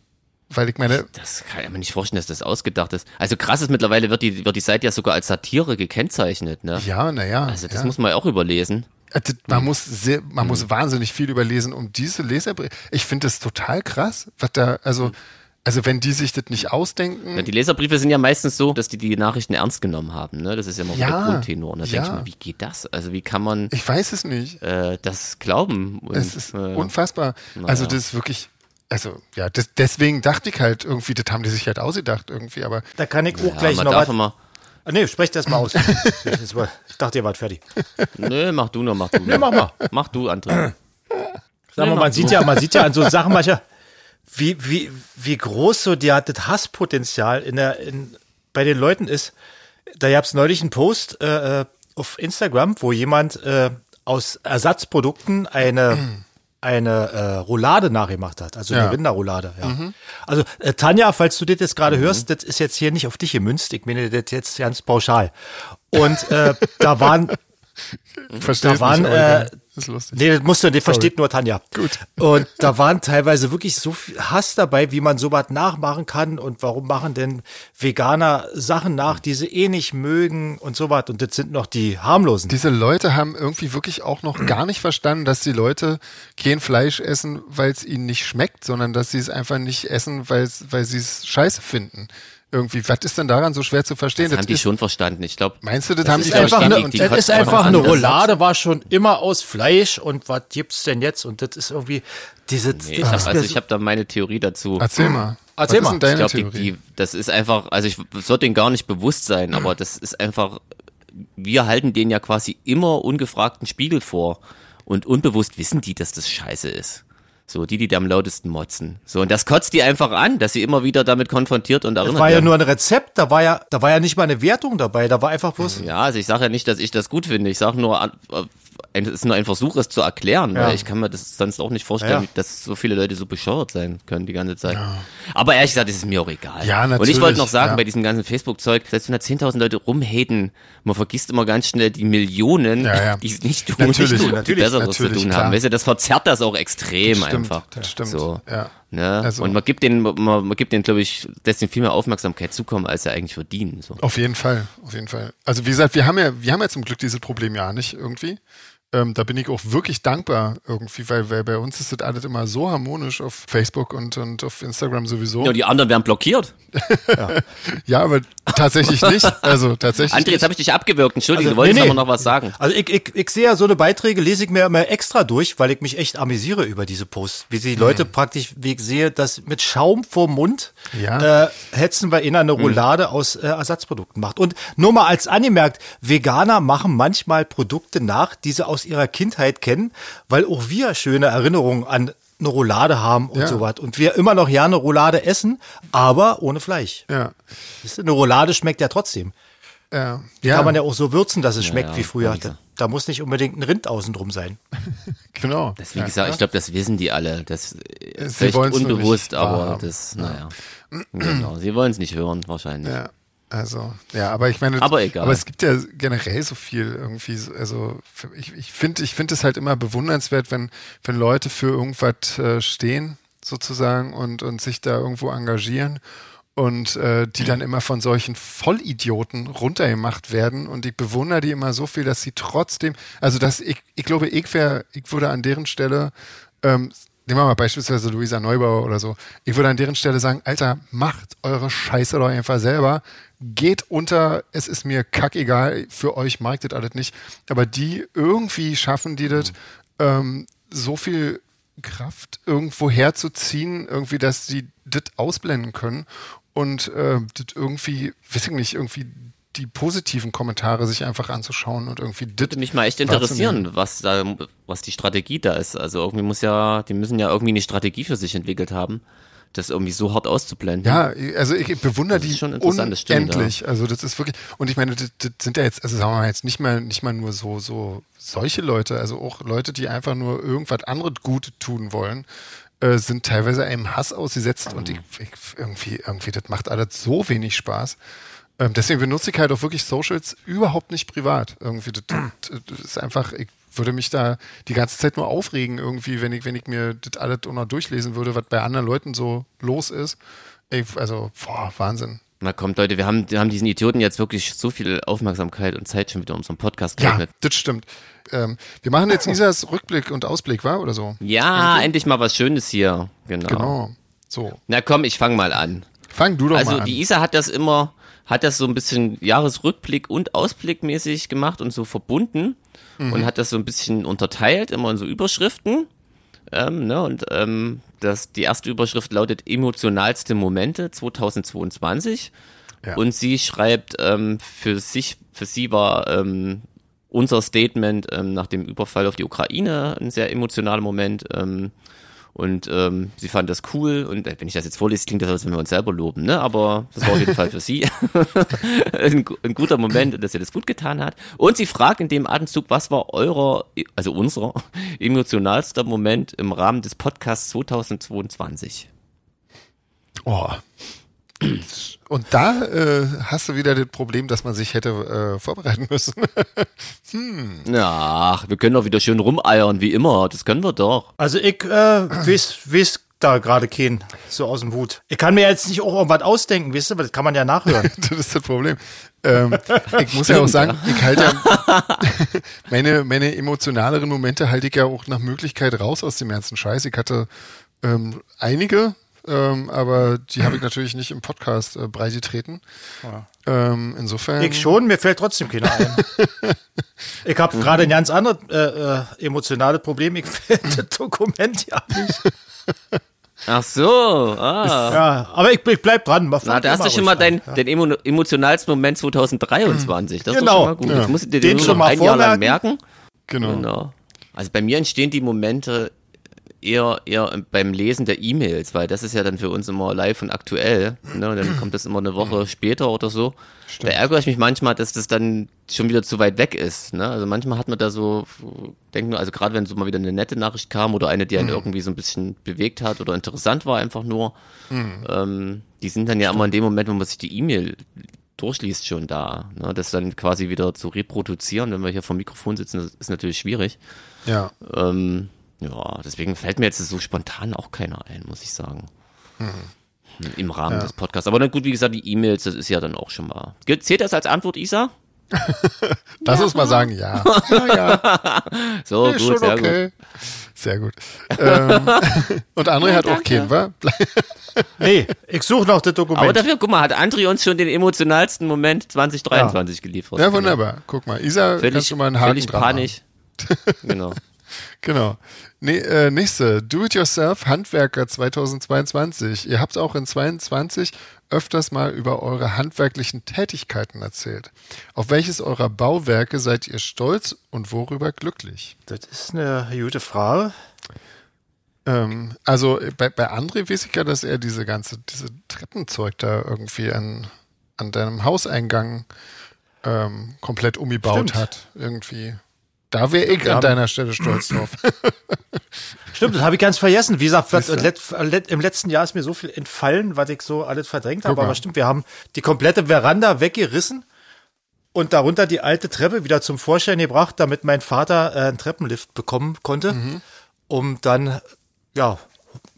S2: Weil ich meine,
S1: das kann ich mir nicht vorstellen, dass das ausgedacht ist. Also krass ist, mittlerweile wird die, wird die Seite ja sogar als Satire gekennzeichnet, ne?
S2: ja, naja.
S1: Also das
S2: ja.
S1: muss Hm. man ja auch überlesen.
S2: Äh, das- Man muss sehr, man muss wahnsinnig viel überlesen, um diese Leserbriefe. Ich finde das total krass, was da,
S1: Hm.
S2: also, also wenn die sich das nicht ausdenken.
S1: Ja, die Leserbriefe sind ja meistens so, dass die die Nachrichten ernst genommen haben, ne? Das ist ja immer so
S2: Ja,
S1: der Grundtenor. Und da denke
S2: ja.
S1: ich mir, wie geht das? Also wie kann man
S2: Ich weiß es nicht.
S1: äh, das glauben? Und,
S2: Es ist
S1: äh,
S2: unfassbar. Also das ist wirklich, also ja, das, deswegen dachte ich halt irgendwie, das haben die sich halt ausgedacht irgendwie, aber
S3: Da kann ich auch
S1: ja,
S3: gleich
S1: man
S3: noch
S1: darf
S3: was.
S1: immer,
S3: Ah, nee, sprecht erst mal aus. ich dachte, ihr wart fertig.
S1: Nö, mach du noch, mach du. Nee,
S3: mach mal.
S1: Mach du,
S2: Äh,
S1: André.
S3: Sag mal,
S1: mach
S3: man
S1: du.
S3: sieht ja, man sieht ja an so Sachen manchmal, wie, wie, wie groß so der, das Hasspotenzial in der, in, bei den Leuten ist. Da gab's neulich einen Post äh, äh, auf Instagram, wo jemand äh, aus Ersatzprodukten eine, eine äh, Roulade nachgemacht hat, also
S2: Ja.
S3: eine Rinderroulade. Ja. Also äh, Tanja, falls du das jetzt gerade hörst, das ist jetzt hier nicht auf dich gemünzt, ich meine das jetzt ganz pauschal. Und äh, da waren
S1: Mhm.
S2: verstehe es
S3: Da waren,
S2: nicht. aber
S3: äh,
S2: egal. das ist lustig.
S3: Nee, das musst du, den versteht nur Tanja. Gut. Und da waren teilweise wirklich so viel Hass dabei, wie man sowas nachmachen kann und warum machen denn Veganer Sachen nach, die sie eh nicht mögen und sowas. Und das sind noch die harmlosen.
S2: Diese Leute haben irgendwie wirklich auch noch gar nicht verstanden, dass die Leute kein Fleisch essen, weil es ihnen nicht schmeckt, sondern dass sie es einfach nicht essen, weil's, weil sie es scheiße finden. Irgendwie, was ist denn daran so schwer zu verstehen?
S1: Das haben die
S2: ist,
S1: schon verstanden, ich glaube.
S2: Meinst du, das haben die
S3: ist einfach
S2: verstanden?
S1: verstanden?
S3: eine,
S2: und
S1: die
S3: das
S1: konnten
S3: ist einfach eine
S1: anders-
S3: Roulade, war schon immer aus Fleisch und was gibt's denn jetzt? Und das ist irgendwie diese.
S1: Nee, ich hab, also ich habe da meine Theorie dazu.
S2: erzähl mal.
S3: Erzähl
S2: was Ist
S3: mal.
S2: denn
S1: ich
S2: deine
S1: glaube, die,
S2: Theorie?
S1: die, das ist einfach, also ich es wird denen gar nicht bewusst sein, aber das ist einfach, wir halten denen ja quasi immer ungefragten Spiegel vor und unbewusst wissen die, dass das scheiße ist. So, die, die da am lautesten motzen. So, und das kotzt die einfach an, dass sie immer wieder damit konfrontiert und
S3: das
S1: erinnert
S3: war ja
S1: werden.
S3: nur ein Rezept, da war ja, da war ja nicht mal eine Wertung dabei, da war einfach bloß
S1: Ja, also ich sage ja nicht, dass ich das gut finde. Ich sage nur, an- äh, ein- es ist nur ein Versuch, es zu erklären,
S3: Ja.
S1: weil ich kann mir das sonst auch nicht vorstellen,
S3: Ja, ja.
S1: dass so viele Leute so bescheuert sein können die ganze Zeit. Aber ehrlich gesagt, es ist mir auch egal.
S2: Ja,
S1: Und
S2: natürlich,
S1: ich wollte noch sagen,
S2: ja.
S1: bei diesem ganzen Facebook-Zeug, selbst wenn da 10.000 Leute rumhaten, man vergisst immer ganz schnell die Millionen,
S2: Ja, ja.
S1: die es nicht tun,
S2: Natürlich,
S1: nicht tun,
S2: natürlich,
S1: die Besseres zu
S2: natürlich,
S1: tun
S2: klar.
S1: haben. Weißt du, das verzerrt das auch extrem
S2: Das stimmt,
S1: einfach.
S2: das stimmt,
S1: So.
S2: ja.
S1: Ne?
S2: Also-
S1: Und man gibt den, man, man gibt den, glaube ich, lässt den viel mehr Aufmerksamkeit zukommen, als er eigentlich verdienen. So.
S2: Auf jeden Fall, auf jeden Fall. Also wie gesagt, wir haben ja, wir haben ja zum Glück dieses Problem ja nicht irgendwie. Ähm, da bin ich auch wirklich dankbar irgendwie, weil, weil bei uns ist das alles immer so harmonisch auf Facebook und, und auf Instagram sowieso.
S1: Ja,
S2: Ja,
S1: die anderen werden blockiert.
S2: aber tatsächlich nicht. Also tatsächlich.
S1: André, jetzt habe ich dich abgewirkt. Entschuldige,
S3: Also,
S1: du wolltest
S3: nee, nee.
S1: aber noch was sagen.
S3: Also ich, ich, ich sehe ja so eine Beiträge, lese ich mir immer extra durch, weil ich mich echt amüsiere über diese Posts. Wie die Leute
S2: Mhm.
S3: praktisch, wie ich sehe, das mit Schaum vorm Mund
S2: Ja. Mhm.
S3: äh, hetzen wir in eine Roulade aus äh, Ersatzprodukten macht. Und nur mal als angemerkt, Veganer machen manchmal Produkte nach, die sie aus ihrer Kindheit kennen, weil auch wir schöne Erinnerungen an eine Roulade haben und
S2: Ja.
S3: sowas. Und wir immer noch gerne Roulade essen, aber ohne Fleisch.
S2: ja.
S3: Wisst ihr, Eine Roulade schmeckt ja trotzdem.
S2: Ja.
S3: Kann man ja auch so würzen, dass es schmeckt
S1: ja,
S3: wie früher.
S1: also.
S3: Da, da muss nicht unbedingt ein Rind außen drum sein.
S2: genau.
S1: Das, wie gesagt, ich glaube, das wissen die alle. Das, äh,
S2: Sie
S1: vielleicht
S2: wollen's nur
S1: unbewusst,
S2: nicht
S1: aber
S2: wahrhaben.
S1: das, naja. Genau. Sie wollen es nicht hören, wahrscheinlich.
S2: Ja, also, ja, aber ich meine,
S1: Aber egal.
S2: aber es gibt ja generell so viel irgendwie, so- also für- ich, ich finde ich finde es halt immer bewundernswert, wenn, wenn Leute für irgendwas äh, stehen, sozusagen, und, und sich da irgendwo engagieren und äh, die dann immer von solchen Vollidioten runtergemacht werden und ich bewundere die immer so viel, dass sie trotzdem, also dass ich, ich glaube, ich wäre, ich würde an deren Stelle ähm, nehmen wir mal beispielsweise Luisa Neubauer oder so. Ich würde an deren Stelle sagen, Alter, macht eure Scheiße doch einfach selber. Geht unter, es ist mir kackegal, für euch mag das alles nicht. Aber die irgendwie schaffen die das, ähm, so viel Kraft irgendwo herzuziehen, irgendwie, dass sie das ausblenden können und äh, das irgendwie, weiß ich nicht, irgendwie die positiven Kommentare sich einfach anzuschauen und irgendwie das
S1: würde mich mal echt interessieren, was da, was die Strategie da ist. Also irgendwie muss ja, die müssen ja irgendwie eine Strategie für sich entwickelt haben, das irgendwie so hart auszublenden.
S2: Ja, also ich bewundere
S1: Das ist
S2: die
S1: schon interessant, das stimmt,
S2: unendlich. Also das ist wirklich und ich meine, das, das sind ja jetzt also sagen wir mal jetzt nicht mal nicht mal nur so so solche Leute, also auch Leute, die einfach nur irgendwas anderes Gutes tun wollen, äh, sind teilweise einem Hass ausgesetzt und ich, ich irgendwie irgendwie das macht alles so wenig Spaß. Ähm, deswegen benutze ich halt auch wirklich Socials überhaupt nicht privat. Irgendwie, das, das, das ist einfach, ich würde mich da die ganze Zeit nur aufregen, irgendwie, wenn ich, wenn ich mir das alles auch noch durchlesen würde, was bei anderen Leuten so los ist. Ich, also, boah, Wahnsinn.
S1: Na kommt, Leute, wir haben, wir haben diesen Idioten jetzt wirklich so viel Aufmerksamkeit und Zeit schon wieder unserem Podcast
S2: Ja,
S1: geöffnet.
S2: das stimmt. Ähm, wir machen jetzt Nisas Rückblick und Ausblick, war oder so?
S1: Ja, endlich mal was Schönes hier. Genau.
S2: Genau. So,
S1: Na komm, ich fang mal an.
S2: fang du doch
S1: Also
S2: mal an.
S1: die Isa hat das immer, hat das so ein bisschen Jahresrückblick und Ausblickmäßig gemacht und so verbunden
S2: Mhm.
S1: und hat das so ein bisschen unterteilt, immer in so Überschriften. Ähm, ne, und ähm, das, die erste Überschrift lautet Emotionalste Momente 2022.
S2: Ja.
S1: Und sie schreibt, ähm, für sich, für sie war ähm, unser Statement ähm, nach dem Überfall auf die Ukraine ein sehr emotionaler Moment. Ähm, und ähm, sie fand das cool. Und äh, wenn ich das jetzt vorlese, klingt das, als wenn wir uns selber loben, ne? Aber das war auf jeden Fall für sie ein, gu- ein guter Moment, und dass ihr das gut getan hat. Und sie fragt in dem Atemzug, was war eurer, also unserer, emotionalster Moment im Rahmen des Podcasts 2022?
S2: oh. Und da äh, hast du wieder das Problem, dass man sich hätte äh, vorbereiten müssen.
S1: Ach, wir können doch wieder schön rumeiern, wie immer. Das können wir doch.
S3: Also ich äh, weiß, weiß da gerade keinen so aus dem Hut. Ich kann mir jetzt nicht auch irgendwas ausdenken, weißt du, weil das kann man ja nachhören.
S2: das ist das Problem. Ähm, ich muss ja auch sagen, ich halte ja meine, meine emotionaleren Momente halte ich ja auch nach Möglichkeit raus aus dem ganzen Scheiß. Ich hatte ähm, einige, ähm, aber die habe ich natürlich nicht im Podcast äh, breitgetreten. Ähm, insofern.
S3: Ich schon, mir fällt trotzdem keiner ein. Ich habe
S1: Mhm.
S3: gerade ein ganz anderes äh, äh, emotionales Problem. Ich finde das Dokument ja nicht.
S1: Ach so, ah.
S3: Ja, aber ich, ich bleib dran. Mach-
S1: Na, da hast du
S3: mach
S1: schon
S3: ruhig
S1: mal
S3: dran.
S1: deinen den emo emotionalsten Moment 2023. Das ist
S3: Genau.
S1: doch schon mal gut. Jetzt musst du dir
S3: Den
S1: den, nur noch
S3: schon mal Hm.
S1: ein Jahr lang merken.
S2: Genau.
S1: Genau. Also bei mir entstehen die Momente eher, eher beim Lesen der E-Mails, weil das ist ja dann für uns immer live und aktuell. Ne? Und dann kommt das immer eine
S3: Hm.
S1: Woche später oder so. Da ärgere ich mich manchmal, dass das dann schon wieder zu weit weg ist. Ne? Also manchmal hat man da so, denkt nur, also gerade wenn so mal wieder eine nette Nachricht kam oder eine, die
S3: Hm.
S1: einen irgendwie so ein bisschen bewegt hat oder interessant war einfach nur, ähm, die sind dann ja immer in dem Moment, wo man sich die E-Mail durchliest, schon da. Ne? Das dann quasi wieder zu reproduzieren, wenn wir hier vor dem Mikrofon sitzen, das ist natürlich schwierig.
S2: Ja.
S1: Ähm, ja, deswegen fällt mir jetzt so spontan auch keiner ein, muss ich sagen.
S2: Mhm.
S1: Im Rahmen des Podcasts. Aber dann gut, wie gesagt, die E-Mails, das ist ja dann auch schon mal. Gilt- Zählt das als Antwort, Isa?
S2: Lass uns mal sagen, ja. Ja, ja.
S1: So,
S2: ist
S1: Oh, gut,
S2: schon
S1: sehr gut.
S2: okay. Sehr gut. Ähm, und André hat auch
S1: danke.
S2: keinen, wa?
S3: Nee, ich suche noch das
S1: Aber
S3: Dokument.
S1: dafür, guck mal, hat André uns schon den emotionalsten Moment 2023 geliefert. Genau.
S2: Ja, wunderbar. Guck mal. Isa, kannst
S1: Völlig,
S2: du mal einen Haken
S1: völlig
S2: dran machen?
S1: panisch. genau.
S2: Genau. Nee, äh, nächste, Do-it-yourself Handwerker 2022. Ihr habt auch in 22 öfters mal über eure handwerklichen Tätigkeiten erzählt. Auf welches eurer Bauwerke seid ihr stolz und worüber glücklich?
S3: Das ist eine gute Frage.
S2: Ähm, also äh, bei, bei André weiß ich ja, dass er diese ganze, diese Treppenzeug da irgendwie an, an deinem Hauseingang ähm, komplett umgebaut
S3: Stimmt.
S2: hat. Irgendwie. Da wäre ich an deiner Stelle stolz drauf.
S3: Stimmt, das habe ich ganz vergessen. Wie gesagt, was, let, let, im letzten Jahr ist mir so viel entfallen, was ich so alles verdrängt habe.
S2: mal.
S3: Aber stimmt, wir haben die komplette Veranda weggerissen und darunter die alte Treppe wieder zum Vorschein gebracht, damit mein Vater äh, einen Treppenlift bekommen konnte,
S2: Mhm.
S3: um dann ja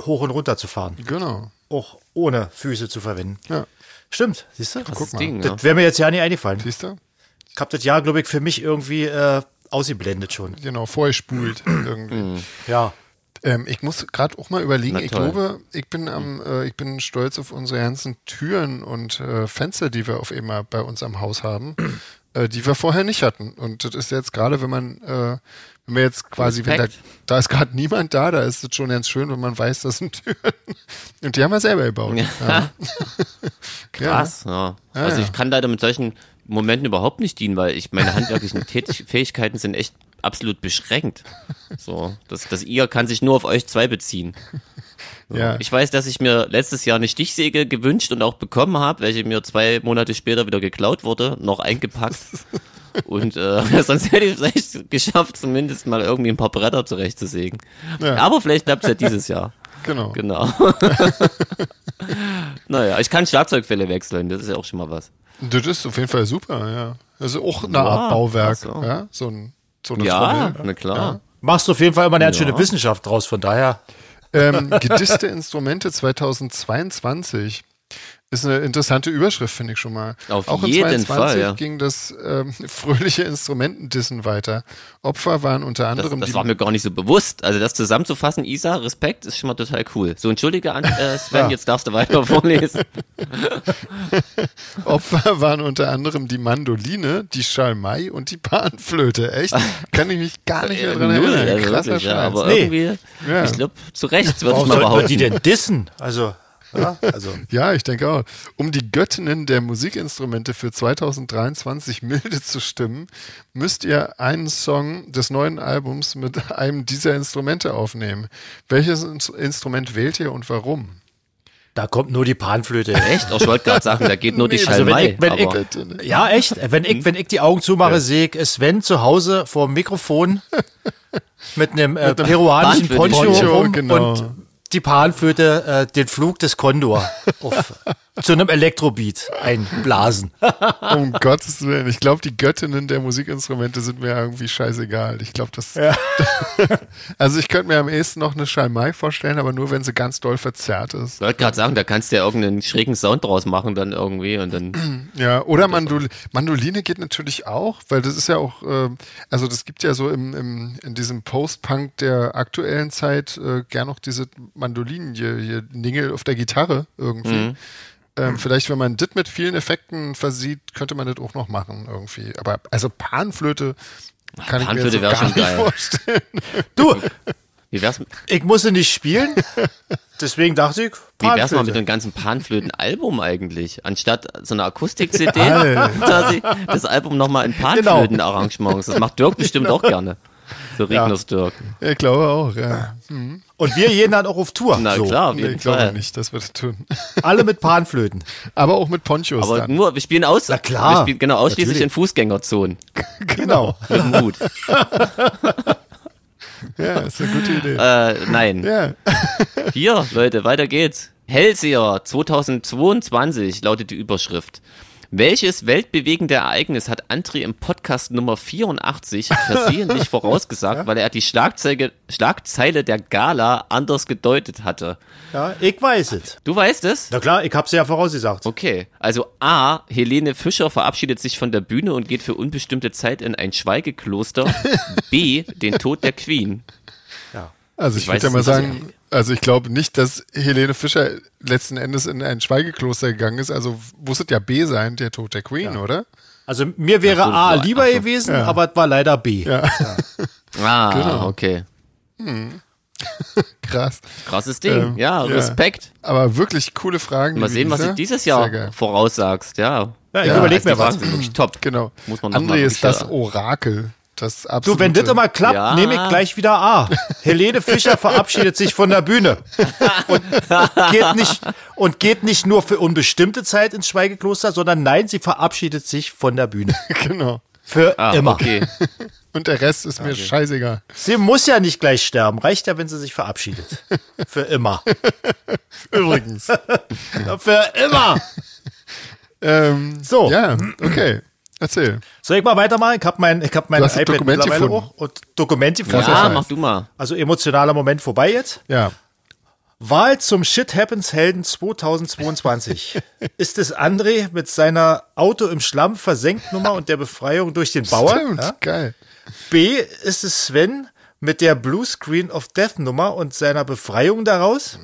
S3: hoch und runter zu fahren,
S2: genau.
S3: auch ohne Füße zu verwenden.
S2: Ja.
S3: Stimmt, siehst du?
S1: Krasses
S2: mal.
S1: Ding, ja.
S3: Das wäre mir jetzt ja nicht eingefallen.
S2: Siehst du?
S3: Ich habe das Jahr, glaube ich, für mich irgendwie äh, ausgeblendet schon.
S2: Genau, vorgespult irgendwie.
S3: Ja.
S2: Ähm, ich muss gerade auch mal überlegen,
S1: Mhm. Na
S2: ich
S1: toll.
S2: glaube, ich bin am, äh, ich bin stolz auf unsere ganzen Türen und äh, Fenster, die wir auf einmal bei uns am Haus haben, äh, die wir vorher nicht hatten. Und das ist jetzt gerade, wenn man, äh, wenn wir jetzt quasi, wenn da,
S1: Respekt.
S2: da ist gerade niemand da, da ist es schon ganz schön, wenn man weiß, das sind Türen. Und die haben wir selber gebaut.
S1: ne?
S2: Ja.
S1: Krass, ja. Also
S2: Ah, ja.
S1: ich kann leider mit solchen Momenten überhaupt nicht dienen, weil ich meine handwerklichen Tät- Fähigkeiten sind echt absolut beschränkt. So, das, das ihr kann sich nur auf euch zwei beziehen.
S2: Ja.
S1: Ich weiß, dass ich mir letztes Jahr eine Stichsäge gewünscht und auch bekommen habe, welche mir zwei Monate später wieder geklaut wurde, noch eingepackt. Und äh, sonst hätte ich es vielleicht geschafft, zumindest mal irgendwie ein paar Bretter zurechtzusägen.
S2: Ja.
S1: Aber vielleicht klappt es ja dieses Jahr.
S2: Genau.
S1: Genau. naja, ich kann Schlagzeugfälle wechseln, das ist ja auch schon mal was.
S2: Das ist auf jeden Fall super, ja. Das ist auch eine
S1: Ja,
S2: Art Bauwerk,
S1: ach so.
S2: ja. So ein, so eine
S1: ja,
S2: Trommel.
S1: na klar.
S3: Machst du auf jeden Fall immer eine ganz
S1: Ja.
S3: schöne Wissenschaft draus, von daher.
S2: Ähm, gedisste Instrumente 2022 ist eine interessante Überschrift, finde ich schon mal.
S1: Auf
S2: Auch in
S1: jeden
S2: 22
S1: Fall, ja.
S2: ging das ähm, fröhliche Instrumentendissen weiter. Opfer waren unter
S1: Das,
S2: anderem
S1: das
S2: die
S1: war mir gar nicht so bewusst. Also das zusammenzufassen, Isa, Respekt, ist schon mal total cool. So, entschuldige, An- äh, Sven, jetzt darfst du weiter vorlesen.
S2: Opfer waren unter anderem die Mandoline, die Schalmei und die Panflöte. Echt? Kann ich mich gar nicht mehr dran
S1: Null,
S2: erinnern.
S1: also
S2: Krasser
S1: wirklich, ja,
S2: Scheiß.
S1: aber
S3: Nee.
S1: irgendwie,
S2: Ja.
S1: ich glaube, zu Recht würde ich
S3: Warum
S1: mal
S3: sollten wir die
S1: behaupten.
S3: denn dissen? Also, ja, also.
S2: Ja, ich denke auch. Um die Göttinnen der Musikinstrumente für 2023 milde zu stimmen, müsst ihr einen Song des neuen Albums mit einem dieser Instrumente aufnehmen. Welches In- Instrument wählt ihr und warum?
S3: Da kommt nur die Panflöte. Echt?
S1: Echt? Auch ich wollte gerade sagen, da geht nur die
S2: Nee,
S3: Also wenn
S1: Schalmei.
S3: ich, wenn
S1: aber Mhm.
S3: ich, ja, echt. Wenn ich, wenn ich die Augen zumache, sehe ich Sven zu Hause vor dem Mikrofon mit einem äh, peruanischen
S1: Panflöte.
S3: Poncho,
S2: Poncho,
S3: rum
S2: genau.
S3: und die Panflöte, äh, den Flug des Kondor auf, zu einem Elektrobeat einblasen.
S2: Um Gottes Willen. Ich glaube, die Göttinnen der Musikinstrumente sind mir irgendwie scheißegal. Ich glaube, das. also ich könnte mir am ehesten noch eine Schalmei vorstellen, aber nur wenn sie ganz doll verzerrt ist.
S1: ich wollte gerade sagen, da kannst du ja irgendeinen schrägen Sound draus machen dann irgendwie und dann
S2: Ja, oder Mandol Mandoline geht natürlich auch, weil das ist ja auch, ähm, also das gibt ja so im, im, in diesem Post-Punk der aktuellen Zeit äh, gern noch diese Mandolinen, hier, hier Ningel auf der Gitarre irgendwie.
S1: Mhm.
S2: Ähm, vielleicht, wenn man das mit vielen Effekten versieht, könnte man das auch noch machen irgendwie. Aber also Panflöte kann
S1: Panflöte
S2: ich mir
S1: wär
S2: jetzt so
S1: schon
S2: gar
S1: geil.
S2: nicht vorstellen.
S3: Du,
S1: wie wär's
S3: ich musste nicht spielen, deswegen dachte ich,
S1: Wie wär's mal mit
S3: Panflöte.
S1: einem ganzen Panflöten-Album eigentlich? Anstatt so einer Akustik-CD, dass ich das Album nochmal in
S3: Genau.
S1: Panflöten-Arrangements. Das macht Dirk bestimmt auch gerne. So Regnus Dirk.
S2: Ich glaube auch, ja.
S3: Und wir gehen dann auch auf Tour.
S1: Na
S3: so.
S1: klar, auf
S2: Nee,
S1: jeden
S2: ich glaube
S1: Fall.
S2: nicht, dass wir das tun.
S3: Alle mit Panflöten.
S2: Aber auch mit Ponchos
S1: Aber
S2: dann.
S1: nur, wir spielen aus,
S3: Na klar,
S1: wir spielen genau ausschließlich
S3: natürlich.
S1: in Fußgängerzonen.
S3: Genau.
S1: Mit Mut.
S2: Ja, ist eine gute Idee.
S1: äh, nein.
S2: Ja.
S1: Hier, Leute, weiter geht's. Hellseher 2022 lautet die Überschrift. Welches weltbewegende Ereignis hat André im Podcast Nummer 84 versehentlich vorausgesagt, weil er die Schlagzeile, Schlagzeile der Gala anders gedeutet hatte?
S3: Ja, ich weiß es.
S1: Du weißt es?
S3: Na klar, ich hab's ja vorausgesagt.
S1: Okay. Also A. Helene Fischer verabschiedet sich von der Bühne und geht für unbestimmte Zeit in ein Schweigekloster. B. Den Tod der Queen.
S3: Ja.
S2: Also ich,
S1: Ich weiß
S2: würde ja
S1: es
S2: mal
S1: nicht,
S2: sagen, also ich glaube nicht, dass Helene Fischer letzten Endes in ein Schweigekloster gegangen ist. Also muss es ja B sein, der Tod der Queen, oder?
S3: Also mir wäre
S1: Ach so,
S3: A
S1: so,
S3: lieber
S1: ach so.
S3: gewesen, aber es war leider B.
S1: Ah, okay.
S2: Krass.
S1: Krasses Ding. ja,
S2: ja.
S1: Respekt.
S2: Aber wirklich coole Fragen.
S1: Mal
S2: liebe
S1: sehen, was
S2: Lisa.
S1: ich dieses
S2: Sehr
S1: Jahr
S2: geil.
S1: voraussagst, ja. Hm.
S3: Ja, ich überleg mir
S1: die Fragen
S3: was.
S1: sind wirklich top.
S2: Genau.
S1: Muss man noch mal
S2: André ist
S1: wirklich, äh,
S2: das
S1: ja.
S2: Orakel. Das
S3: Du, wenn das
S2: absolute-
S3: immer klappt,
S1: Ja.
S3: nehme ich gleich wieder A. Helene Fischer verabschiedet sich von der Bühne und geht, nicht, und geht nicht nur für unbestimmte Zeit ins Schweigekloster, sondern nein, sie verabschiedet sich von der Bühne.
S2: Genau.
S3: Für
S1: Ah,
S3: immer.
S1: okay.
S2: Und der Rest ist mir scheißegal.
S3: Sie muss ja nicht gleich sterben. Reicht ja, wenn sie sich verabschiedet. Für immer.
S2: Übrigens. Genau.
S3: Für immer.
S2: ähm,
S3: So.
S2: Ja, okay. Erzähl.
S3: Soll ich mal weitermachen? Ich habe mein, ich hab mein
S2: Du hast das
S3: iPad
S2: Dokument
S3: mittlerweile
S2: gefunden.
S3: auch und Dokumente gefunden.
S1: Ja,
S2: Scheiß.
S1: mach du mal.
S3: Also emotionaler Moment vorbei jetzt.
S2: Ja.
S3: Wahl zum Shit Happens Helden 2022. Ist es André mit seiner Auto im Schlamm versenkt Nummer und der Befreiung durch den Bauer?
S2: Stimmt,
S3: Ja?
S2: geil.
S3: B ist es Sven mit der Blue Screen of Death Nummer und seiner Befreiung daraus?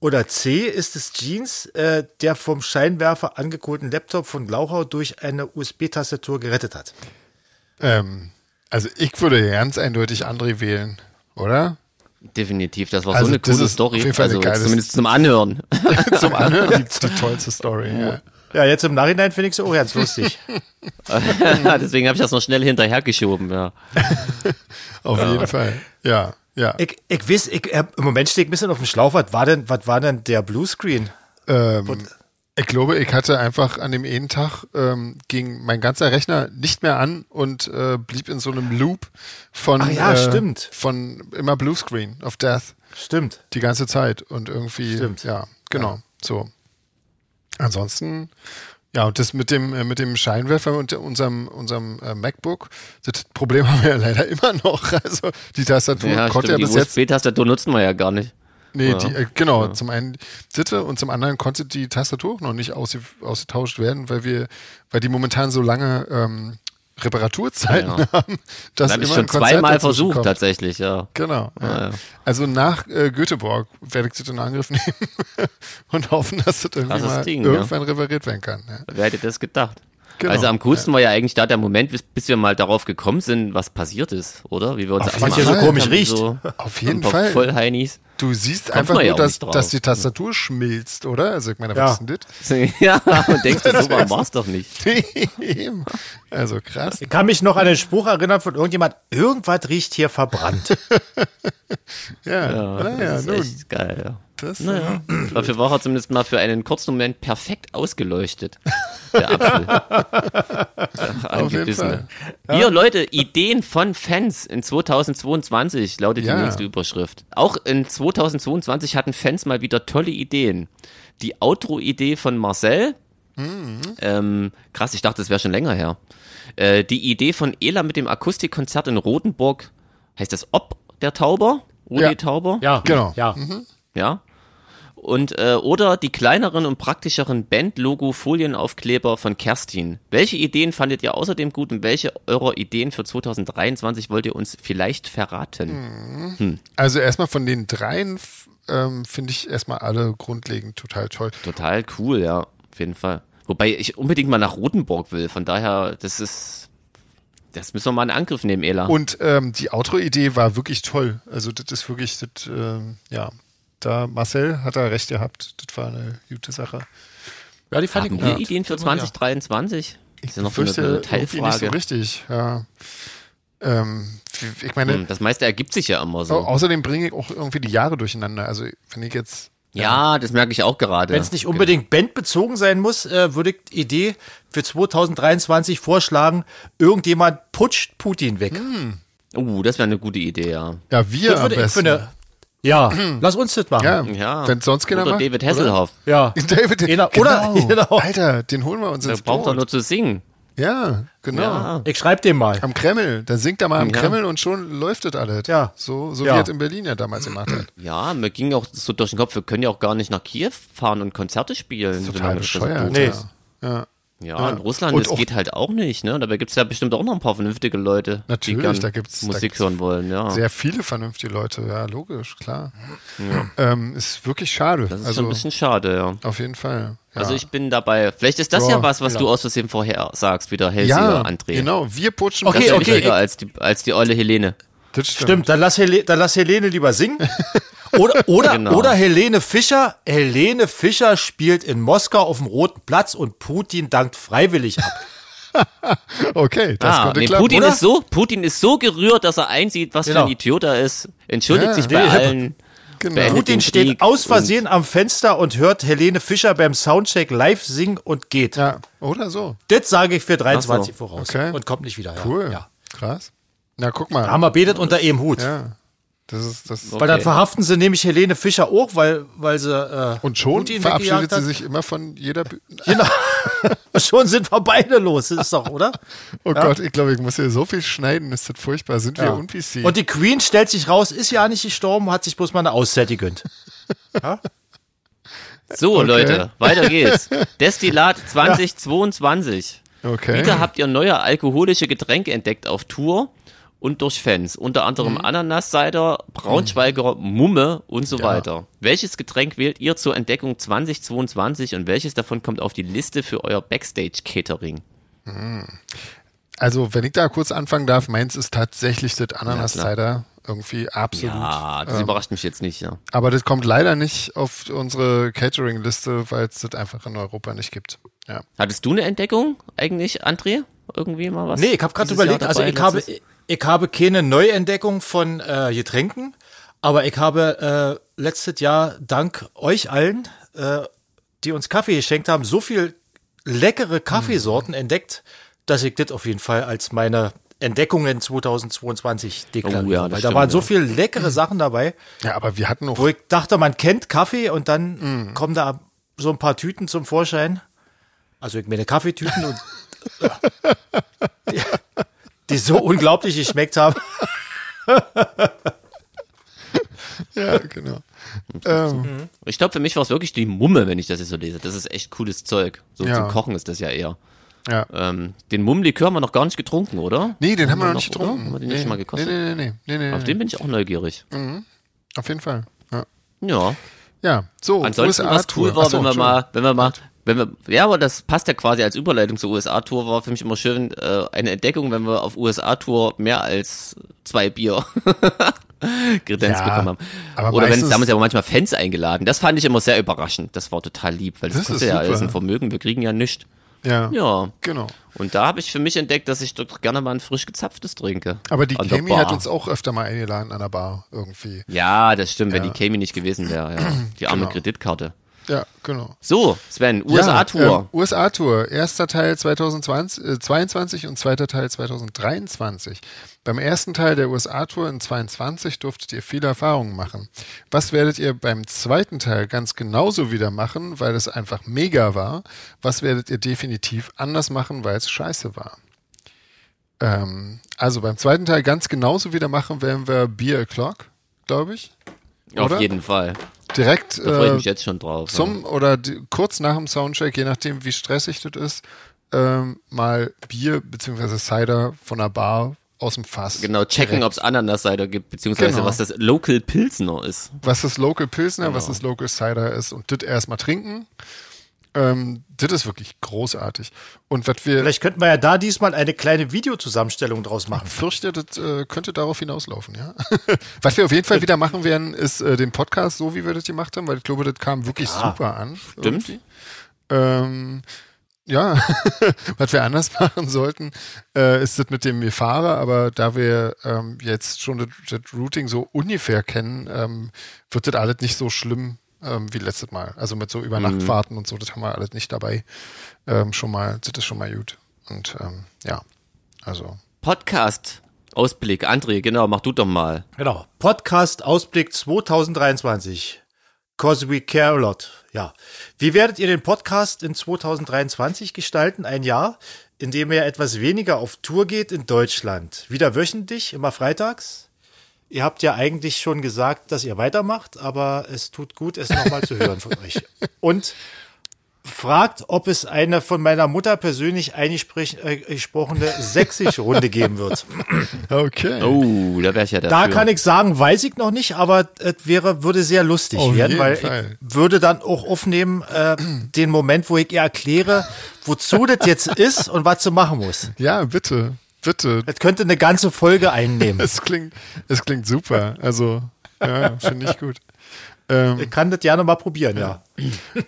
S3: Oder C ist es Jeans, äh, der vom Scheinwerfer angekohlten Laptop von Glauchau durch eine USB-Tastatur gerettet hat?
S2: Ähm, also ich würde ganz eindeutig André wählen, oder?
S1: Definitiv, das war
S2: Also,
S1: so eine
S2: das
S1: coole
S2: ist auf
S1: Story.
S2: jeden Fall eine
S1: Also
S2: geile-
S1: zumindest zum Anhören.
S2: Zum Anhören die, die tollste Story. Ja.
S3: Ja, jetzt im Nachhinein finde ich es auch ganz lustig.
S1: Deswegen habe ich das noch schnell hinterhergeschoben. Ja.
S2: Auf jeden Fall. Ja, ja.
S3: Ich, ich weiß, ich, äh, im Moment stehe ich ein bisschen auf dem Schlauch. Was war denn, was war denn der Blue Screen?
S2: Ähm, ich glaube, ich hatte einfach an dem einen Tag ähm, ging mein ganzer Rechner nicht mehr an und äh, blieb in so einem Loop von
S3: Ach Ah, ja,
S2: äh,
S3: stimmt.
S2: von immer Blue Screen of Death
S3: Stimmt.
S2: die ganze Zeit und irgendwie
S3: Stimmt.
S2: ja genau so. Ansonsten ja und das mit dem äh, mit dem Scheinwerfer und unserem unserem äh, MacBook das Problem haben wir ja leider immer noch also die Tastatur
S1: Ja, stimmt,
S2: konnte ja
S1: die
S2: bis jetzt
S1: USB-Tastatur nutzen wir ja gar nicht.
S2: Nee, die, äh, genau. Zum einen Sitte und zum anderen konnte die Tastatur auch noch nicht ausge, ausgetauscht werden, weil wir, weil die momentan so lange ähm, Reparaturzeiten haben, dass
S1: Das habe ich
S2: immer
S1: schon
S2: ein Konzert
S1: zweimal
S2: dazwischen
S1: versucht,
S2: kommt.
S1: tatsächlich, ja.
S2: Genau. ja. Also nach äh, Göteborg werde ich das in Angriff nehmen und hoffen, dass das irgendwie
S1: Krasses
S2: mal
S1: Ding, ne? ja.
S2: irgendwann repariert werden kann. Ja.
S1: Wer hätte das gedacht?
S2: Genau,
S1: Also am coolsten war ja eigentlich da der Moment, bis, bis wir mal darauf gekommen sind, was passiert ist, oder? Wie wir uns
S2: Auf
S1: erstmal
S2: jeden Fall.
S1: angeguckt
S3: Komisch
S1: haben,
S3: riecht.
S1: So
S2: Auf jeden
S1: Fall.
S2: Fall.
S1: Voll Heinis.
S2: Du siehst einfach
S1: man
S2: nur,
S1: ja auch
S2: dass,
S1: nicht drauf.
S2: dass die Tastatur schmilzt, oder? Also ich meine,
S3: Ja.
S2: was ist denn
S1: ja, und denkst du, so warm war's doch nicht.
S2: das? also krass.
S3: Ich kann mich noch an den Spruch erinnern von irgendjemand, irgendwas riecht hier verbrannt.
S2: Ja,
S1: Ja,
S2: naja,
S1: Ah, das ist
S2: nun.
S1: echt geil, ja.
S2: Das,
S1: Naja, dafür war er zumindest mal für einen kurzen Moment perfekt ausgeleuchtet. Der Apfel. Ach,
S2: Auf jeden
S1: Angebissene. Ihr Leute, Ideen von Fans in 2022 lautet
S2: Ja.
S1: die nächste Überschrift. Auch in 2022 hatten Fans mal wieder tolle Ideen. Die Outro-Idee von Marcel.
S2: Mhm.
S1: Ähm, krass, ich dachte, das wäre schon länger her. Äh, die Idee von Ela mit dem Akustikkonzert in Rothenburg. Heißt das Ob der Tauber? Rudi
S2: Ja.
S1: Tauber?
S3: Ja,
S2: Genau.
S3: Ja.
S1: ja. Und äh, oder die kleineren und praktischeren Band-Logo-Folienaufkleber von Kerstin. Welche Ideen fandet ihr außerdem gut und welche eurer Ideen für 2023 wollt ihr uns vielleicht
S2: Hm.
S1: verraten?
S2: Also erstmal von den dreien f- ähm, finde ich erstmal alle grundlegend total toll.
S1: Total cool, ja, auf jeden Fall. Wobei ich unbedingt mal nach Rothenburg will, von daher, das ist, das müssen wir mal in Angriff nehmen, Ela.
S2: Und ähm, die Outro-Idee war wirklich toll. Also das ist wirklich, das, ähm, ja, da Marcel hat da recht gehabt. Das war eine gute Sache.
S3: ja, die fand
S1: Haben wir Ideen für 2023? Das ist ja noch so eine,
S2: Fürchte,
S1: eine
S2: irgendwie nicht so
S1: Teilfrage.
S2: richtig. Ja. Ähm, wie- ich meine,
S1: Hm, das meiste ergibt sich ja immer
S2: au
S1: so.
S2: außerdem bringe ich auch irgendwie die Jahre durcheinander. Also wenn ich jetzt
S1: Ja, das merke ich auch gerade.
S3: Wenn es nicht
S2: um
S3: unbedingt bandbezogen sein muss, äh, würde ich die Idee für 2023 vorschlagen, irgendjemand putscht Putin weg.
S1: Oh, das wäre eine gute Idee, ja.
S2: Hm. ja wir
S3: Das
S2: am
S3: würde ich für
S2: besten.
S3: eine, ja, lass uns das machen.
S2: ja,
S1: Ja.
S2: wenn sonst keiner
S1: Oder
S2: macht.
S1: David Hasselhoff.
S3: Ja.
S2: David,
S3: Einer-
S2: genau.
S3: oder- genau.
S2: Alter, den holen wir uns
S1: Da
S2: ins
S1: braucht er
S2: Boot.
S1: nur zu singen.
S2: Ja, genau.
S1: Ja.
S3: Ich schreibe dem mal.
S2: Am Kreml, dann singt er mal am
S1: Ja.
S2: Kreml und schon läuft das alles.
S3: Ja.
S2: So, so
S3: Ja.
S2: wie er es in Berlin ja damals gemacht hat.
S1: Ja, mir ging auch so durch den Kopf, wir können ja auch gar nicht nach Kiew fahren und Konzerte spielen.
S2: Total
S1: solange das
S2: bescheuert.
S1: verboten
S3: Nee.
S1: ist.
S2: Ja. ja.
S1: Ja,
S2: Ja.
S1: in Russland,
S2: Und
S1: das
S2: auch-
S1: geht halt auch nicht, ne? Und Dabei gibt's ja bestimmt auch noch ein paar vernünftige Leute,
S2: Natürlich,
S1: die gern
S2: da gibt's- da
S1: Musik
S2: gibt's
S1: hören wollen, ja.
S2: Sehr viele vernünftige Leute, ja, logisch, klar. Ähm, ist wirklich schade.
S1: das ist schon ein
S2: also,
S1: bisschen schade, ja.
S2: auf jeden Fall. Ja,
S1: Also ich bin dabei. Vielleicht ist das ja,
S2: Ja,
S1: was, was du aus Versehen vorher sagst, wieder Hellseher
S2: ja
S1: André.
S2: genau, wir putschen
S1: Das
S3: Okay,
S1: ist
S2: das
S3: okay.
S1: wichtiger als die, als die Eule Helene.
S2: Das
S3: Stimmt, dann lass, Hele, dann lass Helene lieber singen. Oder, oder,
S1: Genau.
S3: oder Helene Fischer. Helene Fischer spielt in Moskau auf dem Roten Platz und Putin dankt freiwillig ab.
S2: Okay, das
S1: Ah,
S2: könnte
S1: nee,
S2: klappen,
S1: Putin,
S2: oder?
S1: ist so, Putin ist so gerührt, dass er einsieht, was für
S3: Genau.
S1: ein Idiot er ist. Entschuldigt
S2: Ja.
S1: sich bei
S3: Nee,
S1: allen.
S2: Genau.
S1: Beendet
S3: Äh, Putin
S1: den
S3: steht
S1: Krieg
S3: aus
S1: und-
S3: Versehen am Fenster und hört Helene Fischer beim Soundcheck live singen und geht.
S2: Ja, oder so.
S3: Das sage ich für 23
S1: Ach
S3: voraus
S2: Okay.
S3: und kommt nicht wieder. Ja.
S2: Cool.
S3: Ja.
S2: Krass. Na, guck mal.
S3: Hammer betet unter ihrem Hut.
S2: Ja. Das ist das.
S1: So.
S3: Weil dann
S1: Okay.
S3: verhaften sie nämlich Helene Fischer auch, weil, weil sie. Äh,
S2: Und schon
S3: Putin
S2: verabschiedet
S3: weggejagt hat.
S2: sie sich immer von jeder. Bü
S3: Genau. schon sind wir beide los, das ist doch, oder?
S2: Oh Gott, ich glaube, ich muss hier so viel schneiden. Ist das furchtbar? Sind wir un-PC?
S3: Und die Queen stellt sich raus, ist ja nicht gestorben, hat sich bloß mal eine Auszeit gegönnt.
S1: So, Leute, weiter geht's. Destillat 2022.
S2: Okay.
S1: Wieder habt ihr neue alkoholische Getränke entdeckt auf Tour und durch Fans. Unter anderem Ananas-Cider, Braunschweiger Mumme und so weiter. Welches Getränk wählt ihr zur Entdeckung 2022 und welches davon kommt auf die Liste für euer Backstage-Catering?
S2: Also, wenn ich da kurz anfangen darf, meins ist tatsächlich das
S1: klar.
S2: Ananas-Cider. Irgendwie absolut.
S1: Ja, Ah, das überrascht mich jetzt nicht, ja.
S2: Aber das kommt leider nicht auf unsere Catering-Liste, weil es das einfach in Europa nicht gibt. Ja.
S1: Hattest du eine Entdeckung eigentlich, André? Irgendwie mal was?
S3: Nee, ich habe gerade
S1: dieses Jahr
S3: überlegt, also
S1: dabei,
S3: ich habe,
S1: letztes?
S3: ich, ich habe keine Neuentdeckung von äh, Getränken, aber ich habe äh, letztes Jahr dank euch allen, äh, die uns Kaffee geschenkt haben, so viel leckere Kaffeesorten
S1: Mhm.
S3: entdeckt, dass ich das auf jeden Fall als meine Entdeckungen 2022 deklariere.
S1: Oh ja, das
S3: weil da
S1: stimmt,
S3: waren so
S1: ja.
S3: viele leckere Sachen dabei,
S2: ja, aber wir hatten auch.
S3: wo ich dachte, man kennt Kaffee und dann kommen da so ein paar Tüten zum Vorschein. Also ich meine Kaffeetüten und die, die so unglaublich geschmeckt haben.
S2: Ja, genau. ähm,
S1: Ich glaube, für mich war es wirklich die Mumme, wenn ich das jetzt so lese. Das ist echt cooles Zeug. So
S2: Ja.
S1: zum Kochen ist das ja eher.
S2: ja.
S1: Ähm, den Mummlikör haben wir noch gar nicht getrunken, oder?
S2: Nee, den haben wir noch
S1: wir
S2: nicht
S1: noch, oder?
S2: getrunken.
S1: Haben wir den nicht
S2: nee.
S1: mal gekostet?
S2: Nee, nee, nee. nee, nee, nee.
S1: Auf den bin ich auch neugierig.
S2: Auf jeden Fall. Ja.
S1: Ja.
S2: Ja, so.
S1: Ansonsten
S2: USA
S1: was cool
S2: Tour.
S1: war,
S2: Achso,
S1: wenn wir
S2: Entschuldigung.
S1: mal, wenn wir mal, wenn wir, ja, aber das passt ja quasi als Überleitung zur USA-Tour, war für mich immer schön äh, eine Entdeckung, wenn wir auf USA-Tour mehr als zwei Bier Kredenz
S2: Ja,
S1: bekommen haben.
S2: aber
S1: Oder wenn
S2: meistens-
S1: es damals ja aber manchmal Fans eingeladen. Das fand ich immer sehr überraschend. Das war total lieb, weil das,
S2: Das ist
S1: kostet ja
S2: super.
S1: alles ein Vermögen, wir kriegen ja nichts.
S2: Ja.
S1: Ja.
S2: Genau.
S1: Und da habe ich für mich entdeckt, dass ich dort gerne mal ein frisch gezapftes trinke.
S2: Aber die
S1: An der
S2: Cami hat
S1: Bar.
S2: uns auch öfter mal eingeladen an der Bar irgendwie.
S1: Ja, das stimmt, wenn die Cami nicht gewesen wäre, ja. Die arme
S2: Genau.
S1: Kreditkarte.
S2: Ja, genau.
S1: So, Sven, USA-Tour.
S2: ähm, USA-Tour. Erster Teil 2020, äh, 22 und zweiter Teil 2023. Beim ersten Teil der USA-Tour in 22 durftet ihr viele Erfahrungen machen. Was werdet ihr beim zweiten Teil ganz genauso wieder machen, weil es einfach mega war? Was werdet ihr definitiv anders machen, weil es scheiße war? Ähm, also beim zweiten Teil ganz genauso wieder machen werden wir Beer O'Clock, glaube ich.
S1: Auf
S2: oder?
S1: jeden Fall.
S2: Direkt
S1: Da freue ich
S2: äh,
S1: mich jetzt schon drauf.
S2: zum oder di- kurz nach dem Soundcheck, je nachdem wie stressig das ist, ähm, mal Bier bzw. Cider von der Bar aus dem Fass.
S1: Genau, checken, ob es Ananas-Cider gibt, beziehungsweise
S2: Genau.
S1: was das Local Pilsner ist.
S2: Was ist Local Pilsner, was
S1: Genau.
S2: ist Local Cider ist und das erstmal trinken. Ähm, das ist wirklich großartig. Und was wir
S3: Vielleicht könnten wir ja da diesmal eine kleine Videozusammenstellung draus machen.
S2: fürchte, das äh, könnte darauf hinauslaufen, ja. was wir auf jeden Fall wieder machen werden, ist äh, den Podcast so, wie wir das gemacht haben, weil ich glaube, das kam wirklich super an.
S1: Stimmt?
S2: Ähm, ja, was wir anders machen sollten, äh, ist das mit dem Wir fahre, aber da wir ähm, jetzt schon das, das Routing so ungefähr kennen, ähm, wird das alles nicht so schlimm ähm, wie letztes Mal. Also mit so Übernachtfahrten und so, das haben wir alles nicht dabei. Ähm, schon mal, das ist schon mal gut. Und ähm, ja, also
S1: Podcast. Ausblick, André, genau, mach du doch mal.
S3: Genau. Podcast Ausblick 2023. Cause we care a lot. Ja. Wie werdet ihr den Podcast in 2023 gestalten? Ein Jahr, in dem ihr etwas weniger auf Tour geht in Deutschland. Wieder wöchentlich, immer freitags. Ihr habt ja eigentlich schon gesagt, dass ihr weitermacht, aber es tut gut, es nochmal zu hören von euch. Und fragt, ob es eine von meiner Mutter persönlich äh, eingesprochene Sächsisch-Runde geben wird.
S2: Okay.
S1: Oh, da wäre ich ja dafür.
S3: Da kann ich sagen, weiß ich noch nicht, aber es wäre, würde sehr lustig
S2: Auf
S3: werden,
S2: jeden
S3: weil
S2: Fall.
S3: ich würde dann auch aufnehmen, äh, den Moment, wo ich ihr erkläre, wozu das jetzt ist und was sie machen muss.
S2: Ja, bitte, bitte.
S3: Das könnte eine ganze Folge einnehmen.
S2: Es klingt, es klingt super. Also, ja, finde ich gut. Ähm,
S3: Ich kann das gerne mal probieren, ja.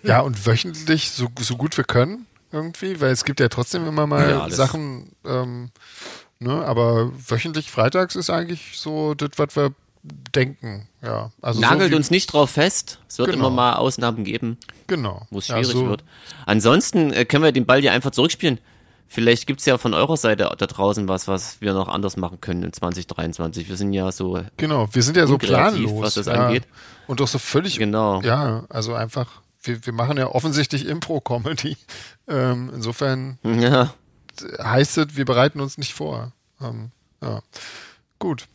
S2: Ja, und wöchentlich so, so gut wir können irgendwie, weil es gibt ja trotzdem immer mal
S1: Ja, das-
S2: Sachen, ähm, ne, aber wöchentlich freitags ist eigentlich so das, was wir denken. Ja, also
S1: Nagelt
S2: so wie-
S1: uns nicht drauf fest. Es wird
S2: Genau.
S1: immer mal Ausnahmen geben,
S2: genau.
S1: wo es
S2: Ja,
S1: schwierig
S2: so-
S1: wird. Ansonsten äh, können wir den Ball ja einfach zurückspielen. Vielleicht gibt's ja von eurer Seite da draußen was, was wir noch anders machen können in 2023. Wir sind ja so,
S2: Genau, wir sind ja so
S1: Unkreativ,
S2: planlos.
S1: was das
S2: ja.
S1: angeht.
S2: Und doch so völlig.
S1: Genau.
S2: Ja, also einfach, wir, wir machen ja offensichtlich Impro-Comedy. Ähm, insofern
S1: ja,
S2: heißt es, wir bereiten uns nicht vor. Ähm, ja. Gut.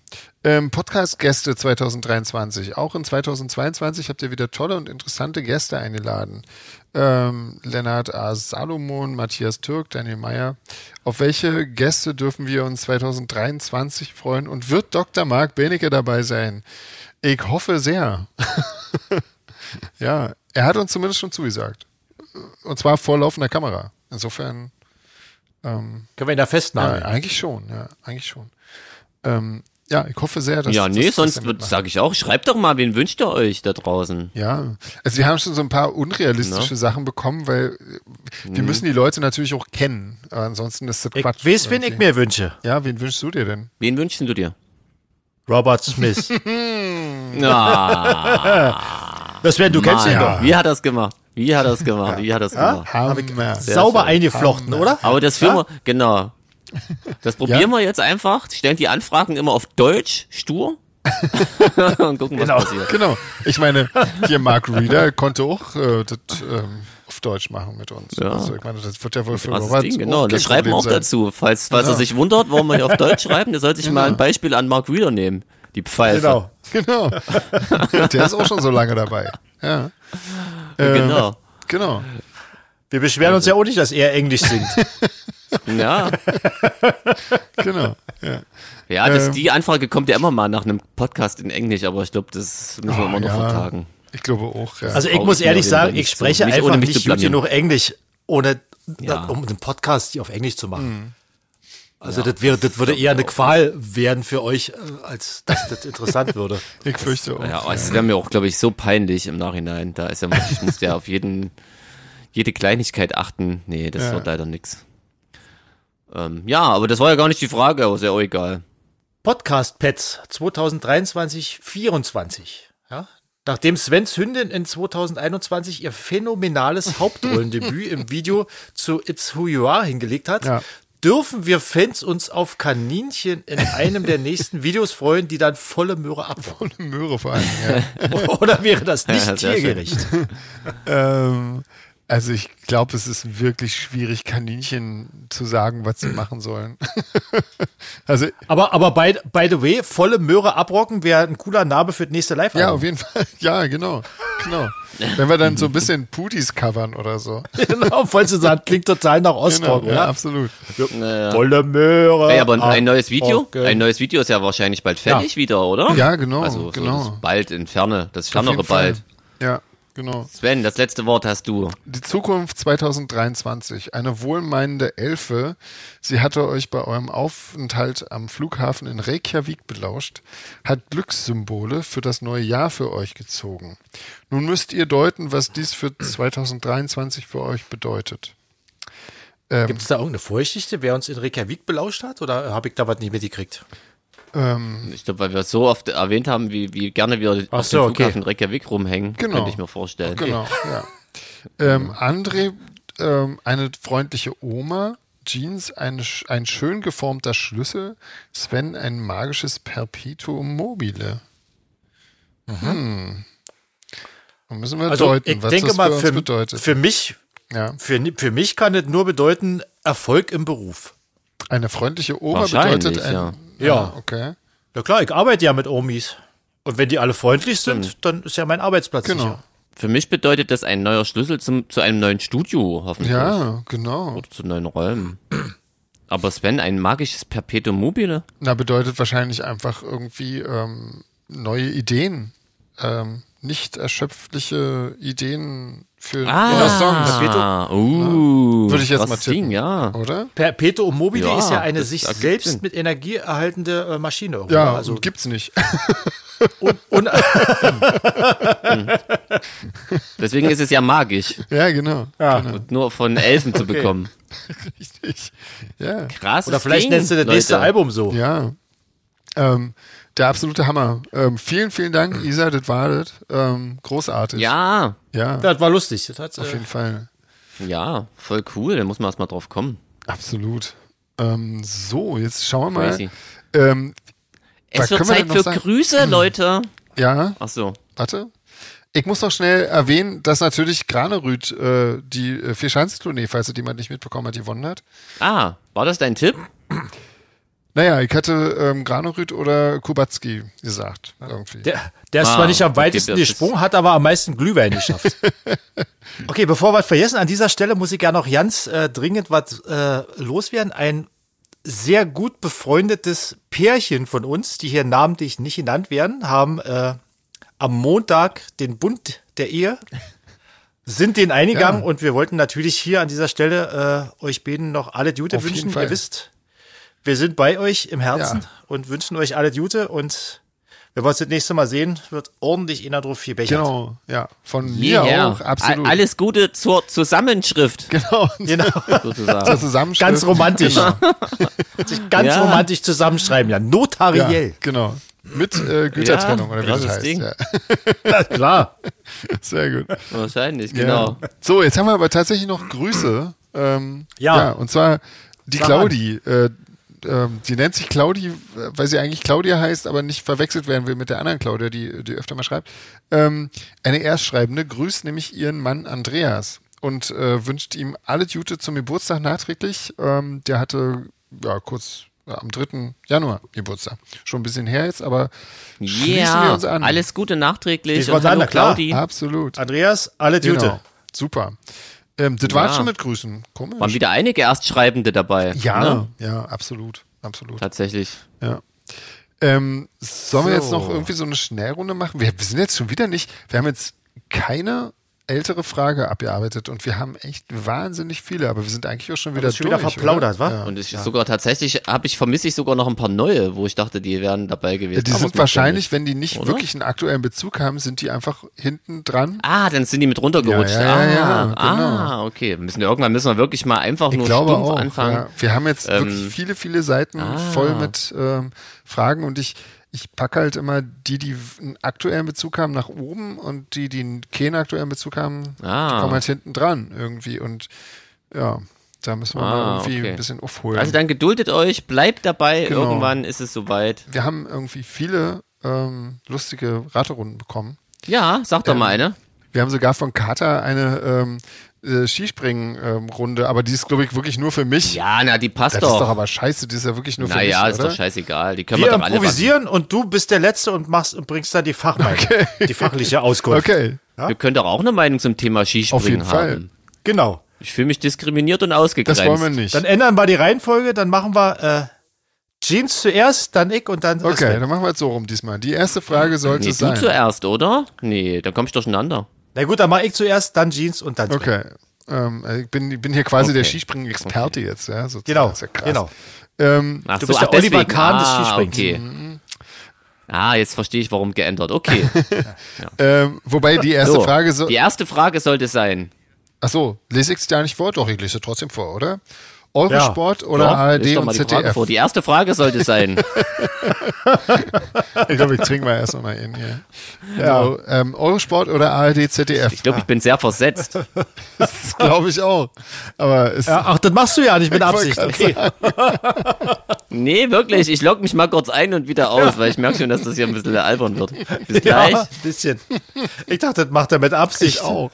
S2: Ähm, Podcast-Gäste 2023. Auch in 2022 habt ihr wieder tolle und interessante Gäste eingeladen. Ähm, Lennart A. Salomon, Matthias Türk, Daniel Meyer. Auf welche Gäste dürfen wir uns 2023 freuen? Und wird Dr. Marc Benecke dabei sein? Ich hoffe sehr. ja, er hat uns zumindest schon zugesagt. Und zwar vor laufender Kamera. Insofern
S3: Können wir ihn da festnageln?
S2: ja, eigentlich schon, ja, eigentlich schon. Ähm, ja, ich hoffe sehr, dass
S1: ja, nee,
S2: dass- dass
S1: sonst
S2: er
S1: sonst
S2: mitmacht.
S1: sage ich auch, schreibt doch mal, wen wünscht ihr euch da draußen?
S2: Ja, also wir haben schon so ein paar
S1: Ne?
S2: unrealistische
S1: Mhm.
S2: Sachen bekommen, weil äh, wir müssen die Leute natürlich auch kennen. Aber ansonsten ist das
S3: Ich
S2: Quatsch.
S3: weiß, wen ich
S2: irgendwie.
S3: mir wünsche.
S2: Ja, wen wünschst du dir denn?
S1: Wen wünschst du dir?
S3: Robert Smith.
S1: Ah,
S3: Das wäre, du kennst ihn
S1: Mann.
S3: doch.
S1: Wie hat das gemacht? Wie hat das gemacht? Wie hat das gemacht?
S2: Hammer.
S3: Sauber eingeflochten, oder?
S1: Aber das führen wir, genau. Das probieren wir jetzt einfach. Stellen die Anfragen immer auf Deutsch, stur. und gucken, was
S3: Genau.
S1: passiert.
S2: Genau. Ich meine, hier Mark Reeder konnte auch äh, das ähm, auf Deutsch machen mit uns.
S1: Ja.
S2: Also ich meine, das wird ja wohl für
S1: Krasses
S2: Robert
S1: Ding,
S2: auch
S1: genau.
S2: kein
S1: Das schreiben wir
S2: Problem
S1: auch
S2: sein.
S1: dazu. Falls, falls er sich wundert, warum wir hier auf Deutsch schreiben, der sollte sich mal ein Beispiel an Mark Wheeler nehmen. Die Pfeife.
S2: Genau.
S3: Genau.
S2: Der ist auch schon so lange dabei. Ja.
S1: Genau.
S2: Genau.
S3: Wir beschweren uns ja auch nicht, dass er Englisch singt.
S1: Ja,
S2: Genau. Ja.
S1: ja das,
S2: Ähm.
S1: die Anfrage kommt ja immer mal nach einem Podcast in Englisch, aber ich glaube, das müssen wir immer noch
S2: ja.
S1: vertagen.
S2: Ich glaube auch, ja.
S3: Also ich
S1: Traurig
S3: muss
S1: mir auf
S3: ehrlich
S1: jeden Fall
S3: sagen,
S1: nicht
S3: ich
S1: zu.
S3: spreche
S1: Nicht, ohne
S3: einfach
S1: mich
S3: nicht
S1: zu
S3: gut
S1: blamieren.
S3: genug Englisch, ohne
S1: Ja. Mhm.
S3: um einen Podcast auf Englisch zu machen. Also das, wäre, das würde eher eine Qual werden für euch, äh, als dass das interessant würde.
S2: ich fürchte auch.
S1: Ja, aber es wäre mir auch, glaube ich, so peinlich im Nachhinein. Da ist ja, mal- ich muss ja auf jeden, jede Kleinigkeit achten. Nee, das wird leider nix. Ähm, ja, aber das war ja gar nicht die Frage, aber ist ja auch egal.
S3: Podcast Pets 2023 24. Ja? Nachdem Svens Hündin in 2021 ihr phänomenales Hauptrollendebüt im Video zu It's Who You Are hingelegt hat,
S2: Ja.
S3: dürfen wir Fans uns auf Kaninchen in einem der nächsten Videos freuen, die dann volle Möhre abholen.
S2: Eine Möhre vor allem, ja.
S3: Oder wäre das nicht
S1: Ja, sehr schön.
S3: tiergerecht?
S2: ähm, also ich glaube, es ist wirklich schwierig, Kaninchen zu sagen, was sie machen sollen. also,
S3: Aber, aber by, by the way, volle Möhre abrocken wäre ein cooler Name für das nächste live
S1: Also.
S2: ja, auf jeden Fall. Ja, genau. Genau. Wenn wir dann so ein bisschen Putis covern oder so.
S3: Genau, vollst du sagen, klingt total nach
S2: Genau,
S3: Ostrock,
S2: ja,
S3: oder?
S2: absolut.
S3: Volle Möhre.
S1: Ey,
S2: Ah,
S1: aber ein neues Video?
S3: abrocken.
S1: Ein neues Video ist ja wahrscheinlich bald fertig wieder, oder?
S2: Ja, genau,
S1: Also
S2: genau.
S1: So das bald in Ferne, das
S2: Auf jeden
S1: fernere bald.
S2: Fall. Ja, genau.
S1: Sven, das letzte Wort hast du.
S2: Die Zukunft 2023. Eine wohlmeinende Elfe. Sie hatte euch bei eurem Aufenthalt am Flughafen in Reykjavik belauscht, hat Glückssymbole für das neue Jahr für euch gezogen. Nun müsst ihr deuten, was dies für 2023 für euch bedeutet.
S3: Gibt es da irgendeine Vorgeschichte, wer uns in Reykjavik belauscht hat? Oder habe ich da was nicht mitgekriegt?
S1: Ich glaube, weil wir es so oft erwähnt haben, wie, wie gerne wir
S3: Ach
S1: auf
S3: so,
S1: dem
S3: okay.
S1: Flughafen Reykjavik rumhängen,
S2: Genau.
S1: könnte ich mir vorstellen.
S2: Genau, ja. Ähm, André, ähm, eine freundliche Oma, Jeans, ein, sch- ein schön geformter Schlüssel, Sven, ein magisches Perpetuum mobile. Hm. Da müssen wir
S3: Also
S2: deuten,
S3: ich
S2: was
S3: denke
S2: das
S3: mal,
S2: für uns
S3: für,
S2: bedeutet.
S3: für mich,
S2: ja.
S3: für, für mich kann es nur bedeuten, Erfolg im Beruf.
S2: Eine freundliche Oma
S1: Wahrscheinlich,
S2: bedeutet ein.
S1: ja.
S3: Ja.
S2: Ah, okay.
S3: Na klar, ich arbeite ja mit Omis. Und wenn die alle freundlich sind, dann ist ja mein Arbeitsplatz
S2: Genau.
S3: sicher.
S1: Für mich bedeutet das ein neuer Schlüssel zum, zu einem neuen Studio, hoffentlich.
S2: Ja, genau.
S1: Oder zu neuen Räumen. Aber Sven, ein magisches Perpetuum mobile?
S2: Na, bedeutet wahrscheinlich einfach irgendwie ähm, neue Ideen. Ähm, nicht erschöpfliche Ideen für neue Songs,
S1: Ah, uh,
S2: Würde ich jetzt mal
S1: krasses
S2: tippen.
S1: Ding, ja.
S2: oder?
S3: Perpetuum mobile
S1: Ja,
S3: ist ja eine
S1: das
S3: sich
S1: ergibt
S3: selbst
S1: Sinn.
S3: mit Energie erhaltende äh, Maschine. irgendwo.
S2: Ja,
S3: also
S2: gibt's nicht.
S3: un, un,
S1: Deswegen ist es ja magisch.
S2: ja, genau.
S3: ja.
S1: Und nur von Elfen zu bekommen.
S2: Richtig. Ja.
S1: Krasses
S3: Oder vielleicht
S1: Ding,
S3: nennst du das nächste
S1: Leute.
S3: Album so.
S2: Ja. Ähm, Der absolute Hammer. Ähm, vielen, vielen Dank, Isa, das war das. Ähm, großartig.
S1: Ja,
S2: ja
S3: Das war lustig. Das hat,
S2: auf
S3: äh,
S2: jeden Fall.
S1: ja, voll cool. Da muss man erstmal drauf kommen.
S2: Absolut. Ähm, so, jetzt schauen wir mal.
S1: Crazy.
S2: Ähm,
S1: Es
S2: können
S1: wird
S2: wir
S1: Zeit
S2: denn noch
S1: für
S2: sagen-
S1: Grüße, Leute.
S2: ja,
S1: Ach so.
S2: warte. Ich muss noch schnell erwähnen, dass natürlich Granerüth äh, die äh, Vierschanzentournee, falls es jemand nicht mitbekommen hat, gewonnen hat.
S1: Ah, war das dein Tipp?
S2: Naja, ich hatte ähm, Granerüth oder Kubacki gesagt, irgendwie.
S3: der, der ist
S1: Ah,
S3: zwar nicht am
S1: okay,
S3: weitesten
S1: das ist-
S3: gesprungen, hat aber am meisten Glühwein geschafft. okay, bevor wir was vergessen, an dieser Stelle muss ich ja noch ganz äh, dringend was äh, loswerden. Ein sehr gut befreundetes Pärchen von uns, die hier namentlich nicht genannt werden, haben äh, am Montag den Bund der Ehe, sind den eingegangen
S2: Ja.
S3: und wir wollten natürlich hier an dieser Stelle äh, euch beiden noch alle Gute
S2: Auf jeden
S3: wünschen.
S2: Fall.
S3: Ihr wisst, wir sind bei euch im Herzen
S2: Ja.
S3: und wünschen euch alle Gute und wenn wir uns das nächste Mal sehen, wird ordentlich Inadro viel Becher.
S2: Genau, ja. Von mir
S1: Jeher.
S2: auch, absolut.
S1: A- Alles Gute zur Zusammenschrift,
S2: Genau,
S3: genau.
S1: sozusagen.
S2: zusammenschreiben.
S3: Ganz romantisch.
S2: Genau.
S3: Sich ganz
S1: Ja.
S3: romantisch zusammenschreiben, ja.
S2: Ja,
S3: Notariell.
S2: genau. Mit äh, Gütertrennung oder wie das
S1: krasses
S2: heißt.
S1: Ding.
S2: Ja,
S3: Klar.
S2: sehr gut.
S1: Wahrscheinlich,
S2: Ja.
S1: genau.
S2: So, jetzt haben wir aber tatsächlich noch Grüße. Ähm, ja.
S3: Ja.
S2: Und zwar die
S3: Sag
S2: Claudi. Äh, ähm, die nennt sich Claudi, äh, weil sie eigentlich Claudia heißt, aber nicht verwechselt werden will mit der anderen Claudia, die, die öfter mal schreibt. Ähm, eine Erstschreibende grüßt nämlich ihren Mann Andreas und äh, wünscht ihm alle Gute zum Geburtstag nachträglich. Ähm, der hatte ja kurz äh, am 3. Januar Geburtstag. Schon ein bisschen her jetzt, aber schließen wir
S1: Ja,
S2: uns an.
S1: alles Gute nachträglich
S3: Ich
S1: und
S3: wollte sagen,
S1: hallo
S3: na klar.
S1: Claudi.
S2: Absolut.
S3: Andreas, alle Gute.
S2: Genau. Super. Ähm, das war's
S1: Ja.
S2: schon mit Grüßen. Komisch.
S1: Waren wieder einige Erstschreibende dabei.
S2: ja,
S1: Ne?
S2: ja, absolut. Absolut.
S1: Tatsächlich.
S2: Ja. Ähm, sollen wir
S3: So.
S2: jetzt noch irgendwie so eine Schnellrunde machen? Wir, wir sind jetzt schon wieder nicht. Wir haben jetzt keine ältere Frage abgearbeitet und wir haben echt wahnsinnig viele, aber wir sind eigentlich auch schon wieder
S3: ist schon wieder
S2: durch,
S3: verplaudert,
S2: oder?
S3: wa?
S2: Ja.
S1: Und ich sogar tatsächlich habe ich vermisse ich sogar noch ein paar neue, wo ich dachte, die wären dabei gewesen.
S2: Die
S1: Aber
S2: sind
S1: gut,
S2: wahrscheinlich, wenn die nicht
S1: Oder?
S2: wirklich einen aktuellen Bezug haben, sind die einfach hinten dran.
S1: dann- Ah, dann sind die mit runtergerutscht.
S2: Ja, ja, ja, ja,
S1: ah,
S2: genau.
S1: ah, okay. Müssen wir irgendwann müssen wir wirklich mal einfach
S2: Ich
S1: nur
S2: glaube
S1: stumpf
S2: auch.
S1: anfangen.
S2: Ja. Wir haben jetzt
S1: Ähm, ah.
S2: wirklich viele, viele Seiten voll mit ähm, Fragen und ich, ich packe halt immer die, die einen aktuellen Bezug haben, nach oben und die, die keinen aktuellen Bezug haben, die
S1: Ah.
S2: kommen halt hinten dran irgendwie und ja, da müssen wir mal
S1: Ah,
S2: irgendwie
S1: okay.
S2: ein bisschen aufholen.
S1: Also dann geduldet euch, bleibt dabei,
S2: Genau.
S1: irgendwann ist es soweit.
S2: wir haben irgendwie viele ähm, lustige Raterunden bekommen.
S1: Ja, sag doch
S2: Ähm,
S1: mal eine.
S2: Wir haben sogar von Kater eine ähm, äh, Skispringen-Runde, aber die ist, glaube ich, wirklich nur für mich.
S1: Ja, na, die passt
S2: das
S1: doch.
S2: ist doch aber scheiße, die ist ja wirklich nur für mich.
S1: naja, ist
S2: oder?
S1: doch scheißegal. Die können
S3: Wir
S1: wir doch alle machen.
S3: improvisieren und du bist der Letzte und machst und bringst dann die Fachmeinung, die fachliche Auskunft.
S2: Okay,
S1: Wir können doch auch eine Meinung zum Thema Skispringen
S2: Auf jeden Fall.
S1: haben.
S3: Genau.
S1: Ich fühle mich diskriminiert und ausgegrenzt.
S2: das wollen wir nicht.
S3: Dann ändern wir die Reihenfolge, dann machen wir äh, Jeans zuerst, dann ich und dann.
S2: Okay,
S3: Sven.
S2: dann machen wir es so rum diesmal. Die erste Frage sollte
S1: Nee,
S2: es
S1: du
S2: sein.
S1: zuerst, oder? Nee, dann komm ich durcheinander.
S3: Na gut, dann mach ich zuerst, dann Jeans und dann. Sven.
S2: Okay. Ähm, ich bin, bin hier quasi der
S1: Okay.
S2: Skispringen-Experte jetzt, ja. sozusagen.
S3: Genau,
S2: Das ist ja krass.
S3: genau.
S2: Ähm,
S1: Ach so,
S3: Du bist
S1: ach,
S3: der Oliver
S1: deswegen.
S3: Kahn des
S1: ah,
S3: Skispringens.
S1: Okay.
S2: Mhm.
S1: Ah, jetzt verstehe ich, warum geändert. Okay.
S2: ähm, wobei die erste
S1: So,
S2: Frage so.
S1: Die erste Frage sollte sein.
S2: Achso, lese ich es da nicht vor? Doch, ich lese trotzdem vor, oder? Eurosport oder
S1: Doch,
S2: ARD
S1: lies doch
S2: und
S1: mal die, Frage
S2: ZDF?
S1: vor. die erste Frage sollte sein.
S2: Ich glaube, ich trinke mal erst noch mal in hier. Genau. Ähm, Eurosport oder ARD, ZDF?
S1: Ich glaube, ich bin sehr versetzt.
S2: Das glaube ich auch. Aber es,
S3: Ja, ach, das machst du ja nicht mit Absicht.
S2: wollte
S3: Okay.
S1: Nee, wirklich. Ich logge mich mal kurz ein und wieder aus, weil ich merke schon, dass das hier ein bisschen albern wird. Bis gleich.
S3: Ja, bisschen. Ich dachte, das macht er mit Absicht.
S2: ich auch.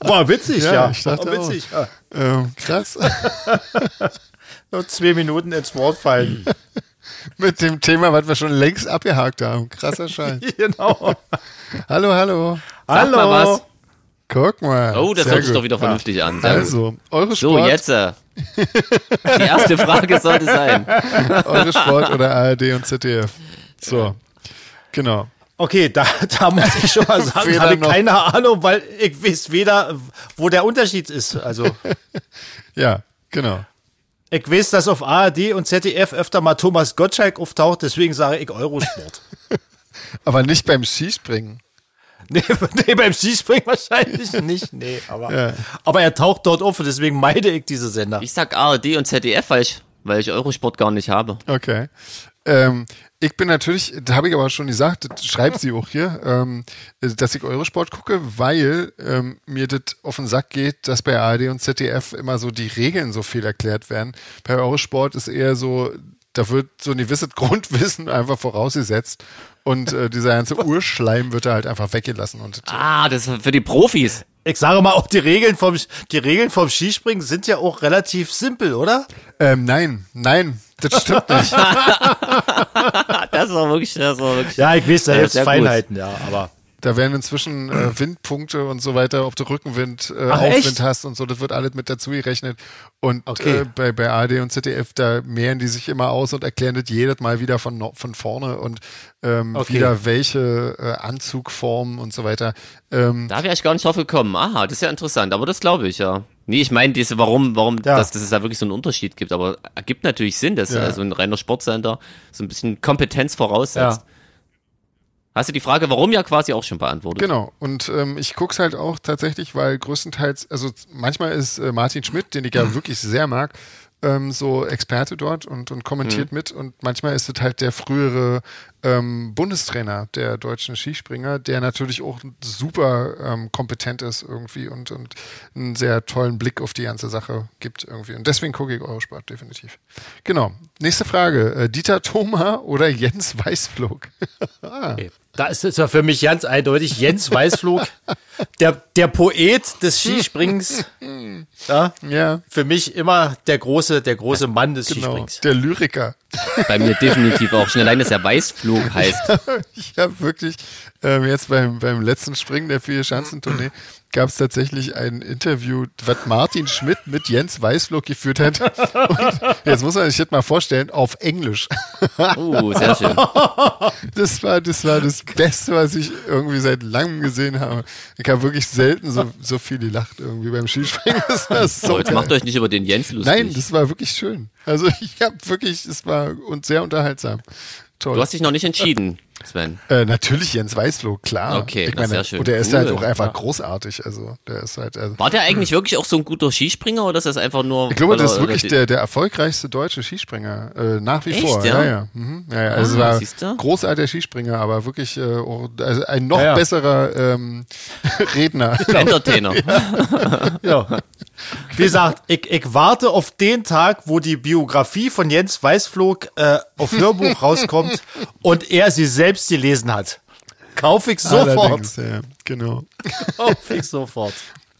S3: War witzig,
S2: Ja,
S3: ja.
S2: ich dachte
S3: War Oh, witzig. Ja.
S2: Ähm, krass.
S3: Nur zwei Minuten ins Wort fallen.
S2: Mit dem Thema, was wir schon längst abgehakt haben. Krasser Scheiß.
S3: genau.
S2: hallo, hallo.
S1: Sag
S3: Hallo.
S1: mal was.
S2: Guck mal.
S1: Oh, das
S2: Sehr
S1: hört sich
S2: gut.
S1: doch wieder vernünftig an. Sehr gut.
S2: Also, eure
S1: So,
S2: Sport,
S1: jetzt. äh, Die erste Frage sollte sein.
S2: eure Sport oder ARD und ZDF. So. Genau.
S3: Okay, da, da muss ich schon mal sagen,
S2: Weder
S3: habe ich
S2: noch.
S3: keine Ahnung, weil ich weiß weder, wo der Unterschied ist. Also,
S2: Ja, genau.
S3: ich weiß, dass auf ARD und ZDF öfter mal Thomas Gottschalk auftaucht, deswegen sage ich Eurosport.
S2: Aber nicht beim Skispringen.
S3: Nee, nee, beim Skispringen wahrscheinlich nicht. Nee, aber, aber er taucht dort auf und deswegen meide ich diese Sender.
S1: Ich sag ARD und ZDF, weil ich, weil ich Eurosport gar nicht habe.
S2: Okay. Ähm, ich bin natürlich, das habe ich aber schon gesagt, das schreibt sie auch hier, ähm, dass ich Eurosport gucke, weil ähm, mir das auf den Sack geht, dass bei ARD und ZDF immer so die Regeln so viel erklärt werden. Bei Eurosport ist eher so, da wird so ein gewisses Grundwissen einfach vorausgesetzt und äh, dieser ganze Urschleim wird da halt einfach weggelassen. Und das-
S1: Ah, das ist für die Profis.
S3: Ich sage mal, auch die Regeln vom, die Regeln vom Skispringen sind ja auch relativ simpel, oder?
S2: ähm, nein, nein, das stimmt nicht.
S1: Ah, Das war wirklich, das war wirklich.
S3: Ja, ich weiß, da
S1: Ja,
S3: gibt's
S1: sehr gut.
S3: Feinheiten, ja, aber.
S2: Da werden inzwischen äh, Windpunkte und so weiter, ob du Rückenwind, äh,
S3: Ach,
S2: Aufwind
S3: echt?
S2: hast und so, das wird alles mit dazu gerechnet. Und
S3: Okay.
S2: äh, bei, bei AD und ZDF, da mehren die sich immer aus und erklären das jedes Mal wieder von, no- von vorne und ähm,
S3: Okay.
S2: wieder welche äh, Anzugformen und so weiter. Ähm,
S1: Da wäre ich gar nicht drauf gekommen. Aha, das ist ja interessant, aber das glaube ich, ja. Nee, ich meine, diese, warum, warum,
S3: Ja.
S1: Dass, dass es da wirklich so einen Unterschied gibt, aber ergibt natürlich Sinn, dass
S2: Ja.
S1: äh, so ein reiner Sportsender so ein bisschen Kompetenz voraussetzt.
S3: Ja.
S1: Hast du die Frage, warum ja quasi auch schon beantwortet?
S2: Genau, und ähm, ich guck's halt auch tatsächlich, weil größtenteils, also manchmal ist äh, Martin Schmidt, den ich ja wirklich sehr mag, ähm, so Experte dort und, und kommentiert mit und manchmal ist es halt der frühere ähm, Bundestrainer der deutschen Skispringer, der natürlich auch super ähm, kompetent ist irgendwie und, und einen sehr tollen Blick auf die ganze Sache gibt irgendwie. Und deswegen gucke ich Eurosport definitiv. Genau, nächste Frage. Äh, Dieter Thoma oder Jens Weißflog?
S3: Okay. Da ist es ja für mich ganz eindeutig Jens Weißflug, der, der Poet des Skispringens. Ja,
S2: ja,
S3: für mich immer der große, der große Mann des
S2: genau.
S3: Skisprings.
S2: Der Lyriker.
S1: Bei mir definitiv auch schon. Allein, dass er Weißflug heißt.
S2: ich habe wirklich ähm, jetzt beim, beim letzten Springen der vier Schanzentournee gab es tatsächlich ein Interview, was Martin Schmidt mit Jens Weißflog geführt hat. Und jetzt muss man sich das mal vorstellen, auf Englisch.
S1: Uh, sehr schön.
S2: Das war das, war das Beste, was ich irgendwie seit langem gesehen habe. Ich habe wirklich selten so, so viel gelacht irgendwie beim Skispringen. Das war so
S1: Aber jetzt
S2: geil.
S1: macht euch nicht über den Jens lustig.
S2: Nein, das war wirklich schön. Also ich habe wirklich, es war und sehr unterhaltsam. Toll.
S1: du hast dich noch nicht entschieden, Sven.
S2: Äh, natürlich Jens Weißflog, klar.
S1: Okay,
S2: ich
S1: na, sehr schön.
S2: Und der ist
S1: Cool.
S2: halt auch einfach großartig. Also, der ist halt. Also,
S1: War der eigentlich wirklich auch so ein guter Skispringer oder ist das einfach nur.
S2: ich glaube, das ist
S1: oder-
S2: wirklich
S1: oder-
S2: der, der erfolgreichste deutsche Skispringer. Äh, nach wie
S1: also Echt,
S2: vor.
S1: ja?
S2: Ja, ja. Mhm. ja, ja. Also,
S1: Ah,
S2: es
S1: siehst du?
S2: war großartiger Skispringer, aber wirklich äh, auch- also ein noch
S3: Ja, ja.
S2: besserer ähm, Redner.
S1: Entertainer.
S3: Ja. Wie gesagt, ich, ich warte auf den Tag, wo die Biografie von Jens Weißflog äh, auf Hörbuch rauskommt und er sie selbst gelesen hat. Kauf ich sofort.
S2: Allerdings, Ja, genau.
S3: Kauf ich sofort.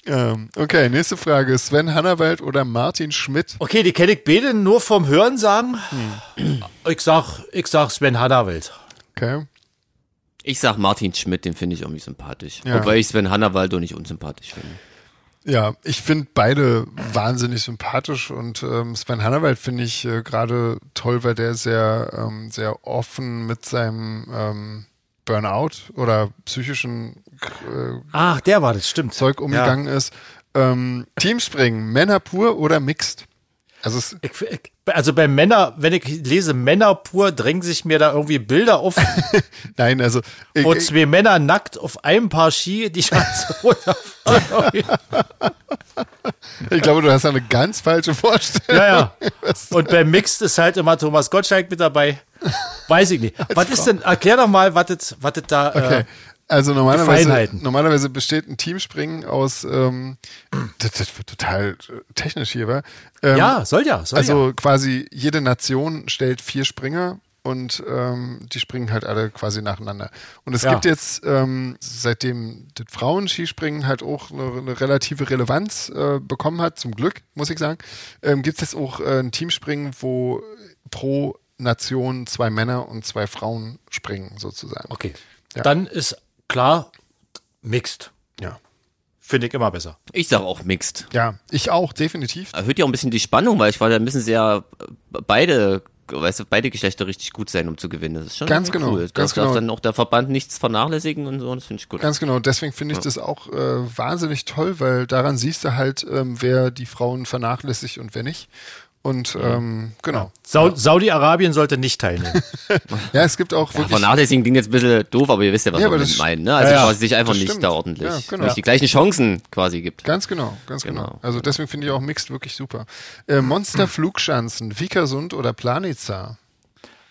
S2: Ähm, okay, nächste Frage. Sven Hannawald oder Martin Schmidt?
S3: Okay, die kenne ich beide nur vom Hören sagen. Hm. Ich sag, ich sag Sven Hannawald.
S2: Okay.
S1: Ich sag Martin Schmidt, den finde ich irgendwie sympathisch.
S2: Ja.
S1: Wobei ich Sven Hannawaldo nicht unsympathisch finde.
S2: Ja, ich finde beide wahnsinnig sympathisch und ähm, Sven Hannawald finde ich äh, gerade toll, weil der sehr, ähm, sehr offen mit seinem ähm, Burnout oder psychischen äh,
S3: Ach, Ah, der war das, stimmt.
S2: Zeug umgegangen ist. Ähm, Teamspringen, Männer pur oder mixed? Also es,
S3: Ich, ich, also bei Männer, wenn ich lese Männer pur, drängen sich mir da irgendwie Bilder auf,
S2: nein, also ich,
S3: wo
S2: ich,
S3: zwei Männer nackt auf einem Paar Ski die Schanze runterfahren.
S2: ich glaube, du hast eine ganz falsche Vorstellung.
S3: Ja, ja. Und beim Mixed ist halt immer Thomas Gottschalk mit dabei. Weiß ich nicht. Was ist denn, erklär doch mal, was das was das da.
S2: Okay.
S3: Äh,
S2: Also normalerweise,
S3: Feinheiten.
S2: normalerweise besteht ein Teamspringen aus, ähm, das, das wird total äh, technisch hier, wa? Ähm,
S3: ja, soll ja, soll ja.
S2: Also quasi jede Nation stellt vier Springer und ähm, die springen halt alle quasi nacheinander. Und es
S3: Ja.
S2: gibt jetzt, ähm, seitdem das Frauenskispringen halt auch eine, eine relative Relevanz äh, bekommen hat, zum Glück, muss ich sagen, ähm, gibt es jetzt auch äh, ein Teamspringen, wo pro Nation zwei Männer und zwei Frauen springen, sozusagen.
S3: Okay.
S2: Ja.
S3: Dann ist klar, Mixed.
S2: Ja.
S3: Finde ich immer besser.
S1: Ich sag auch Mixed.
S2: ja, ich auch, definitiv.
S1: Erhöht ja auch ein bisschen die Spannung, weil ich war da müssen sie ja äh, beide, weißt du, beide Geschlechter richtig gut sein, um zu gewinnen. Das ist schon
S2: Ganz
S1: cool.
S2: genau,
S1: Das
S2: ganz
S1: darf
S2: genau.
S1: dann auch der Verband nichts vernachlässigen und so, und das finde ich gut.
S2: Ganz genau, deswegen finde ich das auch äh, wahnsinnig toll, weil daran siehst du halt, ähm, wer die Frauen vernachlässigt und wer nicht. Und ähm, genau.
S3: Sau Saudi-Arabien sollte nicht teilnehmen.
S2: Ja, es gibt auch wirklich.
S1: Vernachlässigen klingt jetzt ein bisschen doof, aber ihr wisst ja, was
S2: Ja,
S1: wir
S2: aber
S1: damit
S2: das-
S1: meinen. Ne? Also
S3: ja, ja,
S1: quasi sich einfach
S2: das
S1: nicht
S2: stimmt.
S1: da ordentlich
S2: Ja, genau.
S1: nicht die gleichen Chancen quasi gibt.
S2: Ganz genau, ganz genau.
S1: Genau.
S2: Also deswegen finde ich auch Mixed wirklich super. Äh, Monster Flugschanzen, Vikersund oder Planitza?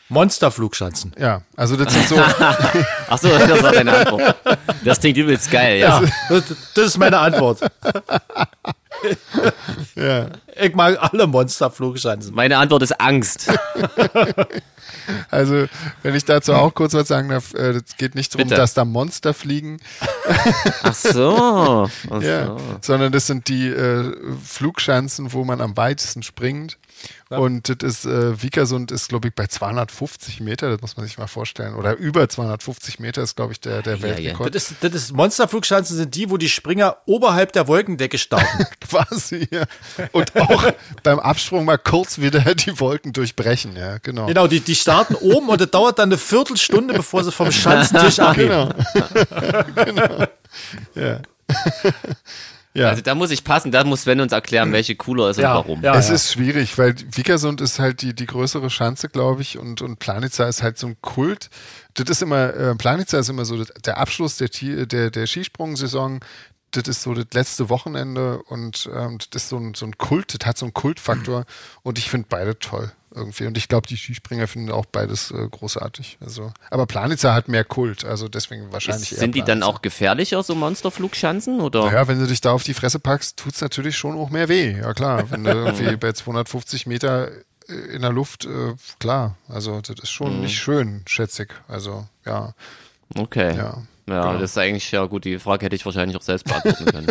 S3: Monsterflugschanzen.
S2: Ja, also das sind so,
S1: Achso, das war deine Antwort. Das klingt übelst geil, ja.
S3: Ja, das, das ist meine Antwort.
S2: ja,
S3: Ich mag alle Monsterflugschanzen.
S1: Meine Antwort ist Angst.
S2: also wenn ich dazu auch kurz was sagen darf, äh, es geht nicht darum,
S1: Bitte.
S2: dass da Monster fliegen,
S1: Ach so. Ach
S2: ja,
S1: so.
S2: sondern das sind die äh, Flugschanzen, wo man am weitesten springt. Und das ist, äh, Vikersund ist, glaube ich, bei 250 Meter, das muss man sich mal vorstellen. Oder über 250 Meter ist, glaube ich, der, der
S1: ja.
S2: Weltrekord.
S3: Das, ist, das ist, Monsterflugschanzen sind die, wo die Springer oberhalb der Wolkendecke starten.
S2: Quasi, ja. Und auch beim Absprung mal kurz wieder die Wolken durchbrechen, ja, genau.
S3: genau, die, die starten oben und das dauert dann eine Viertelstunde, bevor sie vom Schanzentisch abheben.
S2: genau. Ja. ja.
S1: Also da muss ich passen, da muss Sven uns erklären, welche cooler ist
S3: Ja,
S1: und warum.
S3: ja.
S2: es ist schwierig, weil Vikersund ist halt die, die größere Schanze, glaube ich, und, und Planitza ist halt so ein Kult. Das ist immer, äh, Planitza ist immer so das- der Abschluss der, Ti- der, der Skisprung-Saison. Das ist so das letzte Wochenende und ähm, das ist so ein, so ein Kult, das hat so einen
S3: Mhm.
S2: Kultfaktor und ich finde beide toll irgendwie. Und ich glaube, die Skispringer finden auch beides äh, großartig. Also, aber Planitza hat mehr Kult, also deswegen wahrscheinlich eher
S1: Sind die dann
S2: Planitza.
S1: auch gefährlicher, so Monsterflugschanzen? Oder?
S2: Ja, wenn du dich da auf die Fresse packst, tut's natürlich schon auch mehr weh. Ja, klar. Wenn du irgendwie bei 250 Meter äh, in der Luft, äh, klar. Also, das ist schon nicht schön, schätze ich. Also, ja.
S1: Okay.
S2: Ja,
S1: Ja, das ist eigentlich, ja gut, die Frage hätte ich wahrscheinlich auch selbst beantworten können.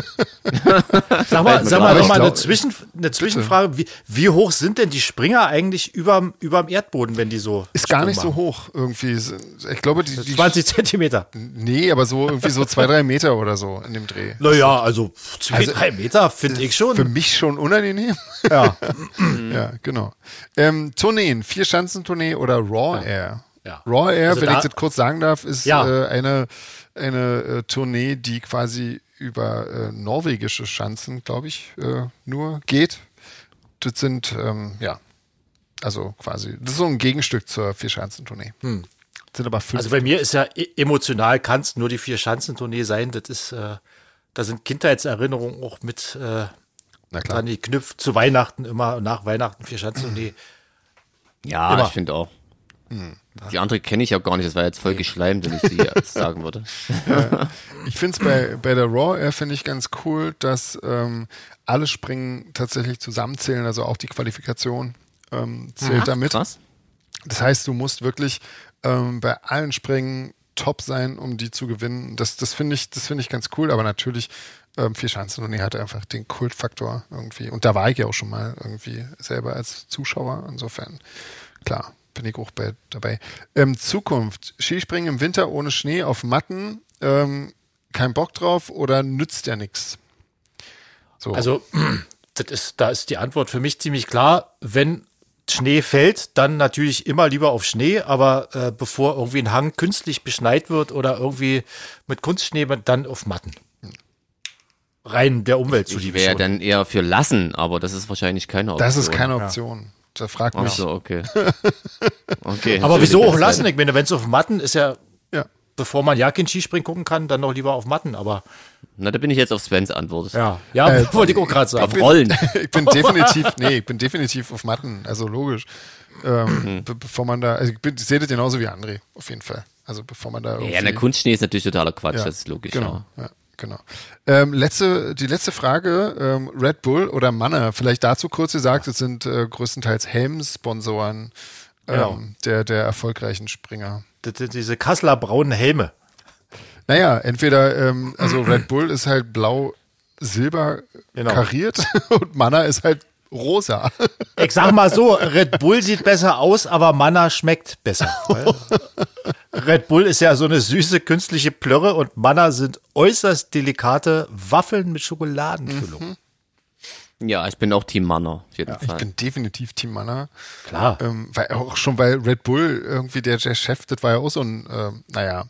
S3: Sag mal,
S1: mir
S3: sag
S1: gerade.
S3: mal,
S1: Aber
S3: noch
S1: ich
S3: mal eine,
S2: glaub-
S3: Zwischen, eine Zwischenfrage. Wie, wie hoch sind denn die Springer eigentlich überm, überm Erdboden, wenn die so.
S2: Ist gar
S3: Sprung
S2: nicht so
S3: machen?
S2: hoch irgendwie. Ich glaube, die, die
S3: 20 Zentimeter.
S2: nee, aber so irgendwie so zwei, drei Meter oder so in dem Dreh.
S3: Naja, also zwei, drei Meter finde ich
S2: Für
S3: schon.
S2: mich schon unangenehm.
S3: Ja.
S2: ja, genau. Ähm, Tourneen, vier Schanzentournee oder Raw Air.
S3: Ja.
S2: Raw Air,
S3: Also
S2: wenn
S3: da-
S2: ich das kurz sagen darf, ist
S3: Ja.
S2: äh, eine, eine äh, Tournee, die quasi über äh, norwegische Schanzen, glaube ich, äh, nur geht. Das sind, ähm, ja, also quasi, das ist so ein Gegenstück zur Vier-Schanzentournee. Das Sind aber fünf.
S3: Hm. Also bei mir ist ja e- emotional, kann es nur die vier Schanzentournee sein. Das ist, äh, da sind Kindheitserinnerungen auch mit äh,
S2: Na klar.
S3: dran geknüpft. Zu Weihnachten immer, nach Weihnachten vier Schanzentournee.
S1: Ja,
S3: Immer.
S1: ich finde auch. Die andere kenne ich ja gar nicht, das war jetzt voll geschleimt, wenn ich die jetzt sagen würde.
S2: Ich finde es bei, bei der Raw Air finde ich ganz cool, dass ähm, alle Springen tatsächlich zusammenzählen, also auch die Qualifikation ähm, zählt damit.
S1: Krass.
S2: Das heißt, du musst wirklich ähm, bei allen Springen top sein, um die zu gewinnen. Das, das finde ich, das finde ich ganz cool, aber natürlich, ähm, vier Chancen und hat einfach den Kultfaktor irgendwie. Und da war ich ja auch schon mal irgendwie selber als Zuschauer. Insofern, klar, bin ich auch bei, dabei. Ähm, Zukunft. Skispringen im Winter ohne Schnee auf Matten. Ähm, kein Bock drauf oder nützt ja nichts?
S1: Oh.
S2: So.
S3: Also, das ist, da ist die Antwort für mich ziemlich klar. Wenn Schnee fällt, dann natürlich immer lieber auf Schnee, aber äh, bevor irgendwie ein Hang künstlich beschneit wird oder irgendwie mit Kunstschnee, dann auf Matten. Rein der Umwelt zu
S1: Ich wäre
S3: schon.
S1: dann eher für lassen, aber das ist wahrscheinlich keine Option.
S2: das ist keine Option. Da fragt
S1: Ach
S2: mich.
S1: so, okay. okay
S3: Aber wieso auch
S1: Entschuldigung,
S3: lassen? Ich meine, wenn es auf Matten ist ja,
S2: Ja.
S3: bevor man ja kein Skispringen gucken kann, dann noch lieber auf Matten, aber
S1: Na, da bin ich jetzt auf Svens Antwort.
S3: ja, Äh, ja, wollte ich auch gerade sagen.
S1: Auf Rollen.
S2: ich bin definitiv, nee, ich bin definitiv auf Matten, also logisch. Ähm,
S1: Mhm.
S2: be bevor man da, also ich, bin, ich sehe das genauso wie André, auf jeden Fall. Also bevor man da irgendwie,
S1: Ja, na, Kunstschnee ist natürlich totaler Quatsch,
S2: Ja,
S1: das ist logisch.
S2: Genau,
S1: Ja.
S2: ja, genau. Ähm, letzte, die letzte Frage, ähm, Red Bull oder Manner, vielleicht dazu kurz gesagt, es sind äh, größtenteils Helm-Sponsoren ähm,
S3: Genau.
S2: der, der erfolgreichen Springer.
S3: Das sind diese Kasseler braunen Helme.
S2: Naja, entweder, ähm, also Red Bull ist halt blau-silber
S3: Genau.
S2: kariert und Manner ist halt rosa.
S3: Ich sag mal so, Red Bull sieht besser aus, aber Manna schmeckt besser. Weil Red Bull ist ja so eine süße künstliche Plörre und Manna sind äußerst delikate Waffeln mit Schokoladenfüllung.
S2: Mhm,
S1: ja, ich bin auch Team Manner, auf jeden
S2: Ich
S1: Fall.
S2: bin definitiv Team Manner.
S3: Klar.
S2: Ähm, weil auch schon, weil Red Bull irgendwie der, der Chef, das war ja auch so ein, ähm, naja,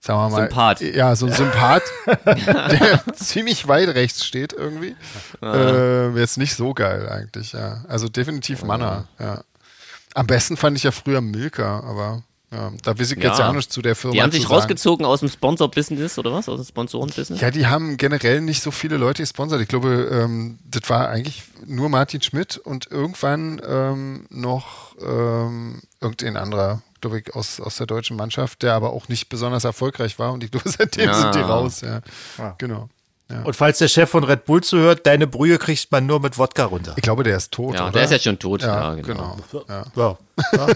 S2: sagen wir mal.
S1: Sympath.
S2: Ja, so ein Sympath, der ziemlich weit rechts steht irgendwie. Äh, jetzt nicht so geil eigentlich, ja. Also definitiv Manner, ja. Am besten fand ich ja früher Milka, aber Ja, da wissen
S1: Ja.
S2: jetzt ja auch nicht zu der Firma.
S1: Die haben sich
S2: zu sagen.
S1: rausgezogen aus dem Sponsor-Business oder was? Aus dem Sponsoren-Business?
S2: Ja, die haben generell nicht so viele Leute gesponsert. Ich glaube, ähm, das war eigentlich nur Martin Schmidt und irgendwann ähm, noch ähm, irgendein anderer, glaube ich, aus, aus der deutschen Mannschaft, der aber auch nicht besonders erfolgreich war. Und ich glaube, seitdem
S1: Ja.
S2: sind die
S3: Ah.
S2: raus. Ja. Genau. Ja.
S3: Und falls der Chef von Red Bull zuhört, deine Brühe kriegt man nur mit Wodka runter.
S2: Ich glaube, der ist tot.
S1: Ja,
S2: oder?
S1: der ist ja schon tot. Ja,
S2: Ja,
S1: genau. Mhm.
S2: genau. Ja.
S3: Ja.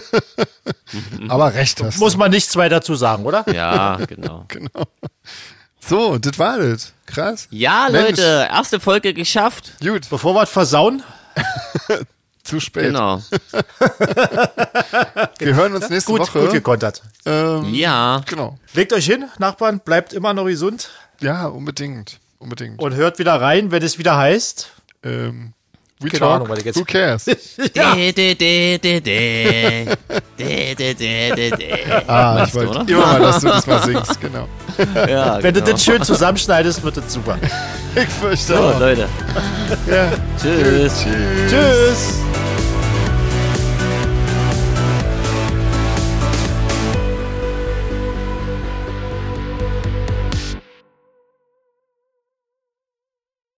S2: Aber recht hast
S3: Muss man nichts weiter dazu sagen, oder?
S1: Ja, genau.
S2: du. So, das war das. Krass.
S1: Ja,
S2: Mensch.
S1: Leute, erste Folge geschafft.
S2: Gut,
S3: Bevor wir es versauen,
S2: zu spät.
S1: Genau.
S2: Wir hören uns nächste
S3: gut,
S2: Woche.
S3: gut gekontert.
S2: ähm,
S1: Ja.
S2: Genau.
S3: Legt euch hin, Nachbarn, bleibt immer noch gesund
S2: Ja, unbedingt. Unbedingt.
S3: und hört wieder rein, wenn es wieder heißt.
S2: ähm, we
S3: Keine
S2: talk,
S3: Ahnung, was ich jetzt-
S2: who cares?
S3: Ja.
S1: De, de, de, de, de. De, de, de, de, de.
S2: Ah, ich
S1: Weißt du,
S2: wollte
S1: oder?
S2: immer mal, dass du das mal singst, genau.
S1: Ja,
S3: Wenn
S1: genau.
S3: du das schön zusammenschneidest, wird das super.
S2: Ich fürchte
S1: So,
S2: auch.
S1: Leute.
S2: Ja.
S1: Tschüss.
S2: Tschüss.
S3: Tschüss.